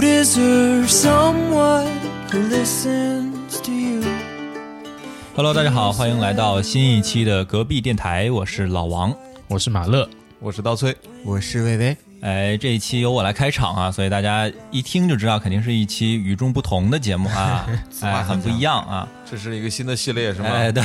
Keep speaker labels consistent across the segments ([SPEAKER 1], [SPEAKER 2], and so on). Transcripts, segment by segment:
[SPEAKER 1] deserve someone who listens to you.
[SPEAKER 2] Hello，大家好，欢迎来到新一期的隔壁电台，我是老王。
[SPEAKER 3] 我是马乐，
[SPEAKER 4] 我是刀崔，
[SPEAKER 1] 我是魏巍，
[SPEAKER 2] 哎，这一期由我来开场啊，所以大家一听就知道，肯定是一期与众不同的节目 啊，哎，很不一样啊。
[SPEAKER 4] 这是一个新的系列是吗？
[SPEAKER 2] 哎，对，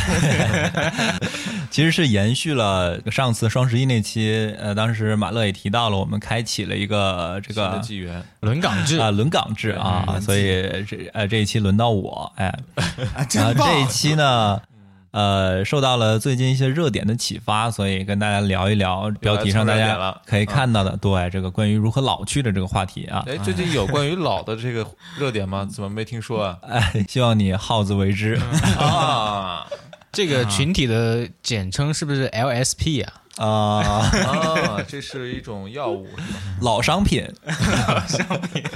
[SPEAKER 2] 其实是延续了上次双十一那期，呃，当时马乐也提到了，我们开启了一个呃这
[SPEAKER 4] 新的
[SPEAKER 2] 个
[SPEAKER 4] 纪元，
[SPEAKER 3] 轮岗制
[SPEAKER 2] 啊，轮岗制啊，所以这呃这一期轮到我，哎，
[SPEAKER 1] 啊，
[SPEAKER 2] 然后
[SPEAKER 1] 真
[SPEAKER 2] 这一
[SPEAKER 1] 棒！
[SPEAKER 2] 期呢，
[SPEAKER 4] 嗯
[SPEAKER 2] 呃，受到了最近一些热点的启发，所以跟大家聊一聊标题上大
[SPEAKER 4] 又来蹭热点
[SPEAKER 2] 家
[SPEAKER 4] 了嗯
[SPEAKER 2] 可以看到的，对这个关于如何老去的这个话题啊。
[SPEAKER 4] 哎，最近有关于老的这个热点 吗？怎么没听说啊？
[SPEAKER 2] 哎，希望你好自为之。
[SPEAKER 4] 啊
[SPEAKER 3] 这个群体的简称是不是 LSP 啊？
[SPEAKER 4] 嗯
[SPEAKER 2] 啊、
[SPEAKER 4] 啊，这是一种药物是吧？
[SPEAKER 2] 老商品，老商品。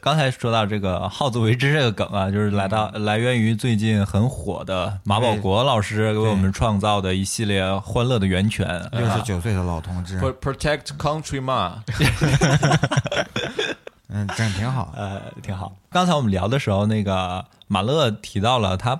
[SPEAKER 2] 刚才说到这个“好自为之”这个梗啊，就是来到
[SPEAKER 4] 嗯
[SPEAKER 2] 来源于最近很火的马保国老师给我们创造的一系列欢乐的源泉。
[SPEAKER 5] 六十九岁的老同志，
[SPEAKER 4] Pro- Protect Country 嘛，
[SPEAKER 5] 嗯，整挺好。
[SPEAKER 2] 呃，挺好。刚才我们聊的时候，那个马乐提到了他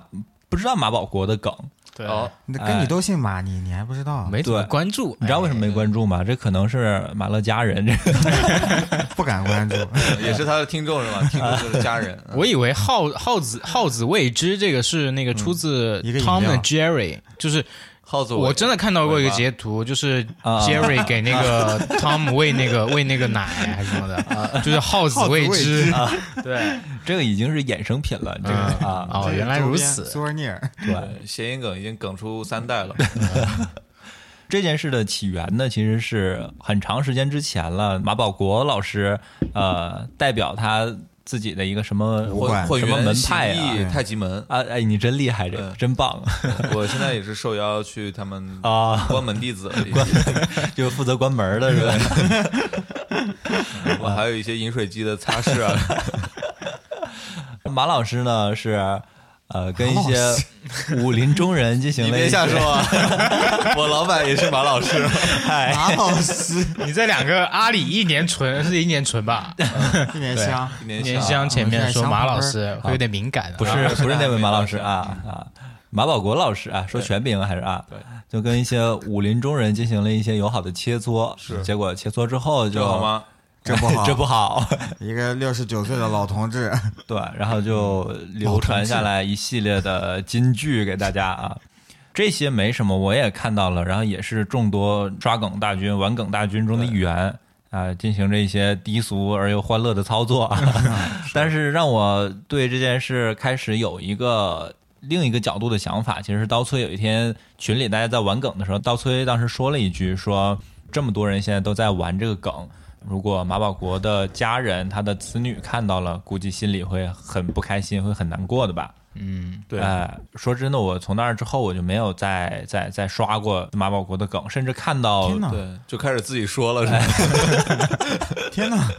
[SPEAKER 2] 不知道马保国的梗，
[SPEAKER 3] 对
[SPEAKER 4] 哦，
[SPEAKER 5] 那跟你都姓马，你你还不知道？
[SPEAKER 3] 没怎么
[SPEAKER 2] 对
[SPEAKER 3] 关注，哎
[SPEAKER 2] 你知道为什么没关注吗？这可能是马乐家人， 这个
[SPEAKER 5] 不敢关注。
[SPEAKER 4] 也是他的听众是 吧？听众就是家人。
[SPEAKER 3] 哎？我以为耗耗子耗子未知这个是那个出自
[SPEAKER 5] 一个饮料
[SPEAKER 3] Tom and Jerry，就是
[SPEAKER 4] 耗子，
[SPEAKER 3] 我真的看到过一个
[SPEAKER 4] 尾巴
[SPEAKER 3] 截图，就是
[SPEAKER 2] 啊
[SPEAKER 3] Jerry 给那个 Tom 喂那个喂那个奶还是什么的，就是耗子未知。对，
[SPEAKER 2] 这个已经是衍生品了，这个 啊，
[SPEAKER 3] 哦，原来如此。
[SPEAKER 5] 苏维 尼尔，
[SPEAKER 2] 对。
[SPEAKER 4] 对谐音梗已经梗出三 代了。
[SPEAKER 2] 这件事的起源呢，其实是很长时间之前了。马保国老师，呃，代表他自己的一个什么
[SPEAKER 5] 武
[SPEAKER 4] 混
[SPEAKER 5] 馆
[SPEAKER 4] 混
[SPEAKER 2] 什么
[SPEAKER 4] 元
[SPEAKER 2] 门
[SPEAKER 4] 形
[SPEAKER 2] 派啊
[SPEAKER 4] 意太极 门，
[SPEAKER 2] 啊，哎，你真厉害，这个
[SPEAKER 4] 嗯
[SPEAKER 2] 真棒
[SPEAKER 4] 我现在也是受邀去他们
[SPEAKER 2] 啊！
[SPEAKER 4] 哦 关门弟子，
[SPEAKER 2] 就负责关门的是吧？
[SPEAKER 4] 我还有一些饮水机的擦拭啊。
[SPEAKER 2] 马老师呢是。呃，跟一些武林中人进行
[SPEAKER 4] 你
[SPEAKER 2] 了
[SPEAKER 4] 别
[SPEAKER 2] 一
[SPEAKER 4] 瞎
[SPEAKER 2] 些
[SPEAKER 4] 说， 啊！我老板也是马老 师。
[SPEAKER 2] 嗨，
[SPEAKER 5] 马老师，
[SPEAKER 3] 你这两个阿里一年纯是一年纯吧？
[SPEAKER 5] 一年香，
[SPEAKER 4] 一
[SPEAKER 3] 一
[SPEAKER 4] 年啊
[SPEAKER 3] 年
[SPEAKER 4] 香
[SPEAKER 3] 香前面说
[SPEAKER 5] 我们现在香
[SPEAKER 3] 马老
[SPEAKER 5] 喷
[SPEAKER 3] 师会有点敏感啊，
[SPEAKER 2] 不是
[SPEAKER 4] 啊
[SPEAKER 2] 不是那位马老师
[SPEAKER 4] 马老师
[SPEAKER 2] 啊 啊，马保国老师啊，说全名还是啊？
[SPEAKER 4] 对，
[SPEAKER 2] 就跟一些武林中人进行了一些友好的切磋，
[SPEAKER 4] 是
[SPEAKER 2] 结果切磋之后就
[SPEAKER 4] 这好？吗？
[SPEAKER 5] 这不好，
[SPEAKER 2] 这不好，
[SPEAKER 5] 一个六十九岁的老同志，
[SPEAKER 2] 对，然后就流传下来一系列的金句给大家啊。这些没什么，我也看到了，然后也是众多抓梗大军、玩梗大军中的一员啊、进行着一些低俗而又欢乐的操作。啊但是让我对这件事开始有一个另一个角度的想法，其实是刀崔有一天群里大家在玩梗的时候，刀崔当时说了一句说，这么多人现在都在玩这个梗，如果马保国的家人他的子女看到了，估计心里会很不开心，会很难过的吧。
[SPEAKER 3] 嗯，
[SPEAKER 4] 对
[SPEAKER 2] 哎说真的，我从那儿之后我就没有再再再刷过马保国的梗，甚至看到
[SPEAKER 5] 天哪，
[SPEAKER 4] 对，就开始自己说
[SPEAKER 2] 哎
[SPEAKER 4] 了，是吧？
[SPEAKER 5] 天哪，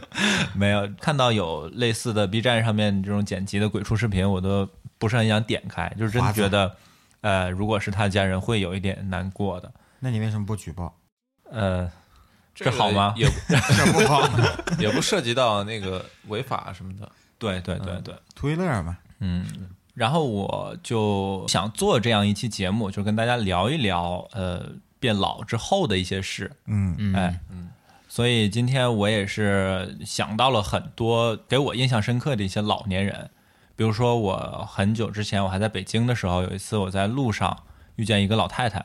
[SPEAKER 2] 没有看到有类似的 B 站上面这种剪辑的鬼畜视频，我都不是很想点开，就是真的觉得，呃，如果是他家人，会有一点难过的。
[SPEAKER 5] 那你为什么不举报？
[SPEAKER 2] 呃，这
[SPEAKER 4] 个
[SPEAKER 2] 好吗
[SPEAKER 4] 也
[SPEAKER 5] 这不好，
[SPEAKER 4] 也不涉及到那个违法什么的。
[SPEAKER 2] 对对对对，
[SPEAKER 5] 图一乐嘛，
[SPEAKER 2] 嗯，然后我就想做这样一期节目，就跟大家聊一聊，呃，变老之后的一些事。
[SPEAKER 5] 嗯，
[SPEAKER 2] 哎，
[SPEAKER 4] 嗯，
[SPEAKER 2] 所以今天我也是想到了很多给我印象深刻的一些老年人，比如说我很久之前我还在北京的时候，有一次我在路上遇见一个老太太，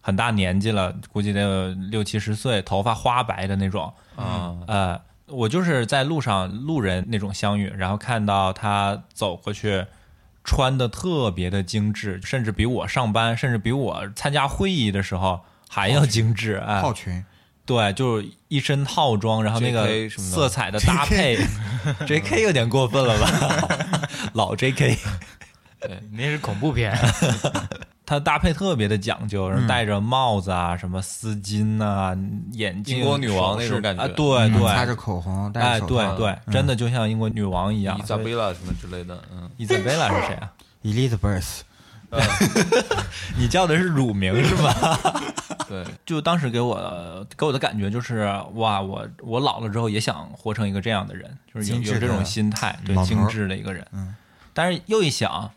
[SPEAKER 2] 很大年纪了，估计得有六七十岁，头发花白的那种，
[SPEAKER 4] 啊，
[SPEAKER 2] 呃，我就是在路上路人那种相遇，然后看到他走过去，穿的特别的精致，甚至比我上班，甚至比我参加会议的时候还要精致啊、
[SPEAKER 5] 套群，
[SPEAKER 2] 对，就是一身套装，然后那个
[SPEAKER 4] JK 什么的
[SPEAKER 2] 色彩的搭配 ，JK 有点过分了吧？老 JK，
[SPEAKER 3] 那是恐怖片。
[SPEAKER 2] 它搭配特别的讲究，然后戴着帽子啊，什么丝巾啊，眼镜、
[SPEAKER 4] 英国女王那种
[SPEAKER 2] 首饰
[SPEAKER 4] 感觉
[SPEAKER 2] 啊，对对，
[SPEAKER 5] 擦着口红，嗯戴
[SPEAKER 2] 哎，
[SPEAKER 5] 着手套
[SPEAKER 2] 对对，真的就像英国女王一样。
[SPEAKER 4] 伊莎贝拉什么之类的，嗯，
[SPEAKER 2] 伊莎贝拉是谁啊？
[SPEAKER 5] ，Elizabeth，
[SPEAKER 2] 你叫的是乳名是吧？
[SPEAKER 4] 对，
[SPEAKER 2] 就当时给我给我的感觉就是，哇，我我老了之后也想活成一个这样的人，就是有
[SPEAKER 5] 精
[SPEAKER 2] 有
[SPEAKER 5] 致的
[SPEAKER 2] 这种心态，对
[SPEAKER 5] 老，头
[SPEAKER 2] 精
[SPEAKER 5] 儿嗯
[SPEAKER 2] 致的一个人。但是又一想，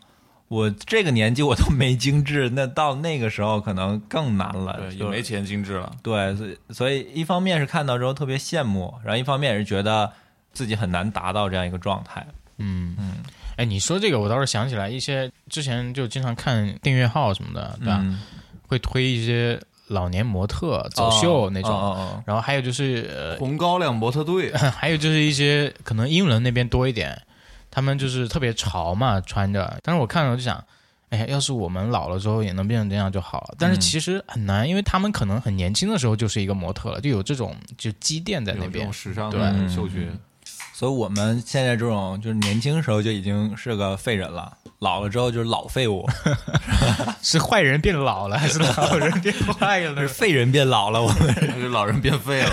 [SPEAKER 2] 我这个年纪我都没精致，那到那个时候可能更难了，
[SPEAKER 4] 对，也
[SPEAKER 2] 哎就
[SPEAKER 4] 没钱精致了。
[SPEAKER 2] 对，所以所以一方面是看到之后特别羡慕，然后一方面也是觉得自己很难达到这样一个状态。
[SPEAKER 3] 嗯嗯，哎，你说这个，我倒是想起来一些之前就经常看订阅号什么的，对啊吧？
[SPEAKER 2] 嗯，
[SPEAKER 3] 会推一些老年模特走秀那种。
[SPEAKER 2] 哦哦
[SPEAKER 3] 然后还有就是，呃
[SPEAKER 4] 红高粱模特 队，
[SPEAKER 3] 还有就是一些可能英伦那边多一点，他们就是特别潮嘛，穿着。但是我看了我就想，哎呀，要是我们老了之后也能变成这样就好了。但是其实很难，因为他们可能很年轻的时候就是一个模特了，就有这种就积淀在
[SPEAKER 4] 有
[SPEAKER 3] 那
[SPEAKER 4] 这
[SPEAKER 3] 边
[SPEAKER 4] 种。时尚
[SPEAKER 2] 对嗯
[SPEAKER 4] 的嗅觉，
[SPEAKER 2] 所以我们现在这种就是年轻时候就已经是个废人了，老了之后就是老废物，
[SPEAKER 3] 是坏人变老了，还是老人变坏了
[SPEAKER 2] 是
[SPEAKER 3] 呢？
[SPEAKER 2] 废人变老了。我们
[SPEAKER 4] 还是老人变废了。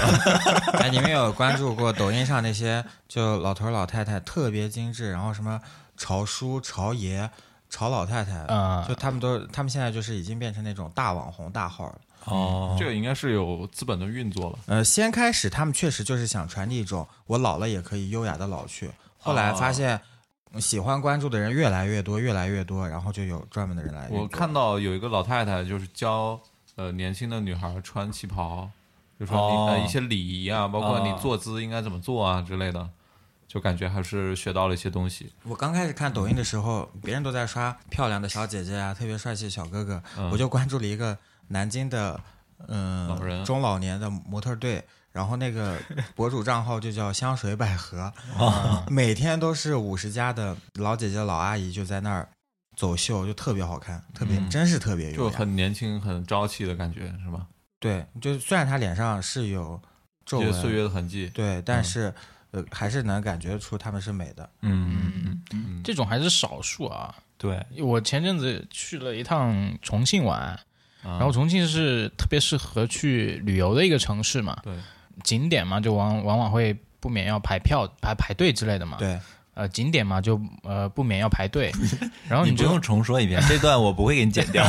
[SPEAKER 5] 哎，你们有关注过抖音上那些就老头儿老太太特别精致，然后什么潮叔、潮爷、潮老太太，
[SPEAKER 3] 啊
[SPEAKER 5] 就他们都，他们现在就是已经变成那种大网红大号了。
[SPEAKER 2] 哦
[SPEAKER 4] 这个应该是有资本的运作了。
[SPEAKER 5] 呃，先开始他们确实就是想传递一种我老了也可以优雅的老去，后来发现喜欢关注的人越来越多，越来越多，然后就有专门的人
[SPEAKER 2] 哎
[SPEAKER 5] 来运作。
[SPEAKER 4] 我看到有一个老太太，就是教呃年轻的女孩穿旗袍，就说你、
[SPEAKER 2] 哦
[SPEAKER 4] 呃一些礼仪啊，包括你
[SPEAKER 2] 哦
[SPEAKER 4] 坐姿应该怎么做啊之类的，就感觉还是学到了一些东西。
[SPEAKER 5] 我刚开始看抖音的时候，别人都在刷漂亮的小姐姐啊，特别帅气的小哥哥，我就关注了一个南京的，
[SPEAKER 4] 嗯
[SPEAKER 5] 嗯、
[SPEAKER 4] 老人
[SPEAKER 5] 中老年的模特队。然后那个博主账号就叫香水百合，呃每天都是五十加的老姐姐、老阿姨就在那儿走秀，就特别好看，特别、真是特别
[SPEAKER 4] 就
[SPEAKER 5] 优雅。
[SPEAKER 4] 很年轻、很朝气的感觉，是吧？
[SPEAKER 5] 对，就虽然她脸上是有皱
[SPEAKER 4] 这些岁
[SPEAKER 5] 纹，
[SPEAKER 4] 月的痕迹，
[SPEAKER 5] 对，但是、呃还是能感觉出她们是美的。
[SPEAKER 2] 嗯，
[SPEAKER 4] 嗯，
[SPEAKER 3] 这种还是少数啊。
[SPEAKER 2] 对，
[SPEAKER 3] 我前阵子去了一趟重庆
[SPEAKER 2] 啊
[SPEAKER 3] 玩，
[SPEAKER 4] 然
[SPEAKER 3] 然后重庆是特别适合去旅游的一个城市嘛，
[SPEAKER 4] 对，
[SPEAKER 3] 景点嘛，就往往往会不免要排票、排排队之类的嘛。，
[SPEAKER 5] 对，
[SPEAKER 3] 呃，景点嘛，就呃不免要排 队，然后
[SPEAKER 2] 你
[SPEAKER 3] 你
[SPEAKER 2] 不
[SPEAKER 3] 就
[SPEAKER 2] 用重说 一遍，这段我不会给你剪 掉。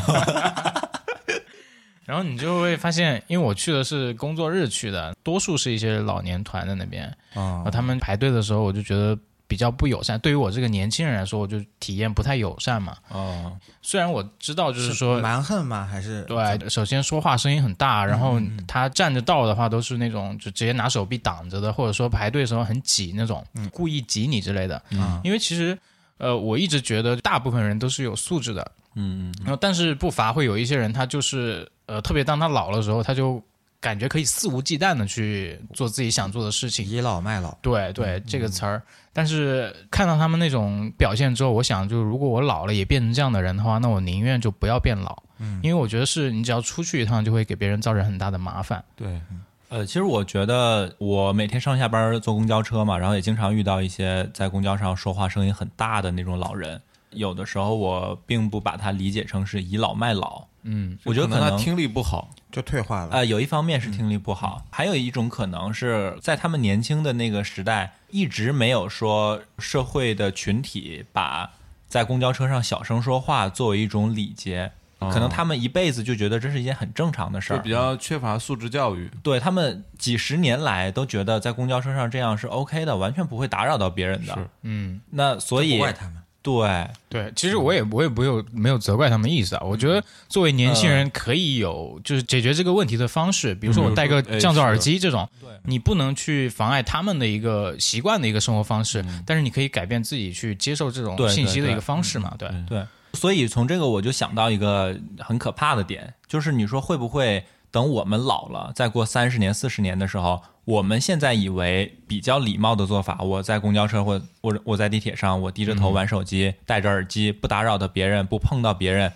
[SPEAKER 3] 然后你就会发现，因为我去的是工作日去的，多数是一些老年团在那边，
[SPEAKER 5] 嗯
[SPEAKER 3] 然后，他们排队的时候，我就觉得比较不友善。对于我这个年轻人来说，我就体验不太友善嘛。
[SPEAKER 2] 哦，
[SPEAKER 3] 虽然我知道，就是说
[SPEAKER 5] 蛮横吗？还是
[SPEAKER 3] 对，首先说话声音很大，然
[SPEAKER 2] 嗯
[SPEAKER 3] 后他站着道的话都是那种就直接拿手臂挡着的，或者说排队的时候很挤那种，
[SPEAKER 2] 嗯
[SPEAKER 3] 故意挤你之类的。
[SPEAKER 5] 嗯
[SPEAKER 3] 因为其实，呃，我一直觉得大部分人都是有素质的，
[SPEAKER 2] 嗯，
[SPEAKER 3] 然后但是不乏会有一些人，他就是呃，特别当他老了的时候，他就感觉可以肆无忌惮的去做自己想做的事情。
[SPEAKER 5] 倚老卖老，
[SPEAKER 3] 对对，这个词儿。但是看到他们那种表现之后，我想，就是如果我老了也变成这样的人的话，那我宁愿就不要变老。嗯，因为我觉得是你只要出去一趟，就会给别人造成很大的麻烦。
[SPEAKER 4] 对，
[SPEAKER 2] 呃，其实我觉得我每天上下班坐公交车嘛，然后也经常遇到一些在公交上说话声音很大的那种老人。有的时候我并不把它理解成是倚老卖老，
[SPEAKER 3] 嗯，
[SPEAKER 2] 我觉得
[SPEAKER 4] 可能
[SPEAKER 2] 能
[SPEAKER 4] 他听力不好，
[SPEAKER 5] 就退化了。
[SPEAKER 2] 呃，有一方面是听力不好，还有一种可能是在他们年轻的那个时代，一直没有说社会的群体把在公交车上小声说话作为一种礼节，可能他们一辈子就觉得这是一件很正常的事
[SPEAKER 4] 嗯哦就
[SPEAKER 2] 儿
[SPEAKER 4] 比。较缺乏素质教育。
[SPEAKER 2] 对他们几十年来都觉得在公交车上这样是 OK 的，完全不会打扰到别人的
[SPEAKER 4] 是。
[SPEAKER 3] 嗯，
[SPEAKER 2] 那所以
[SPEAKER 5] 不怪他们，
[SPEAKER 2] 对，
[SPEAKER 3] 对，其实我也我也没有没有责怪他们意思啊。我觉得作为年轻人，可以有就是解决这个问题的方式，比如说我戴个
[SPEAKER 4] 嗯哎
[SPEAKER 3] 降噪耳
[SPEAKER 4] 是
[SPEAKER 3] 机这种
[SPEAKER 2] 对，
[SPEAKER 3] 你不能去妨碍他们的一个习惯的一个生活方式，但是你可以改变自己去接受这种
[SPEAKER 2] 对
[SPEAKER 3] 信
[SPEAKER 2] 对
[SPEAKER 3] 息的一
[SPEAKER 2] 对
[SPEAKER 3] 个方式嘛。嗯对，
[SPEAKER 4] 嗯
[SPEAKER 2] 对，所以从这个我就想到一个很可怕的点，就是你说会不会等我们老了，再过三十年、四十年的时候，我们现在以为比较礼貌的做法，我在公交车或我我在地铁上，我低着头玩手机，戴着耳机，不打扰到别人，不碰到别人。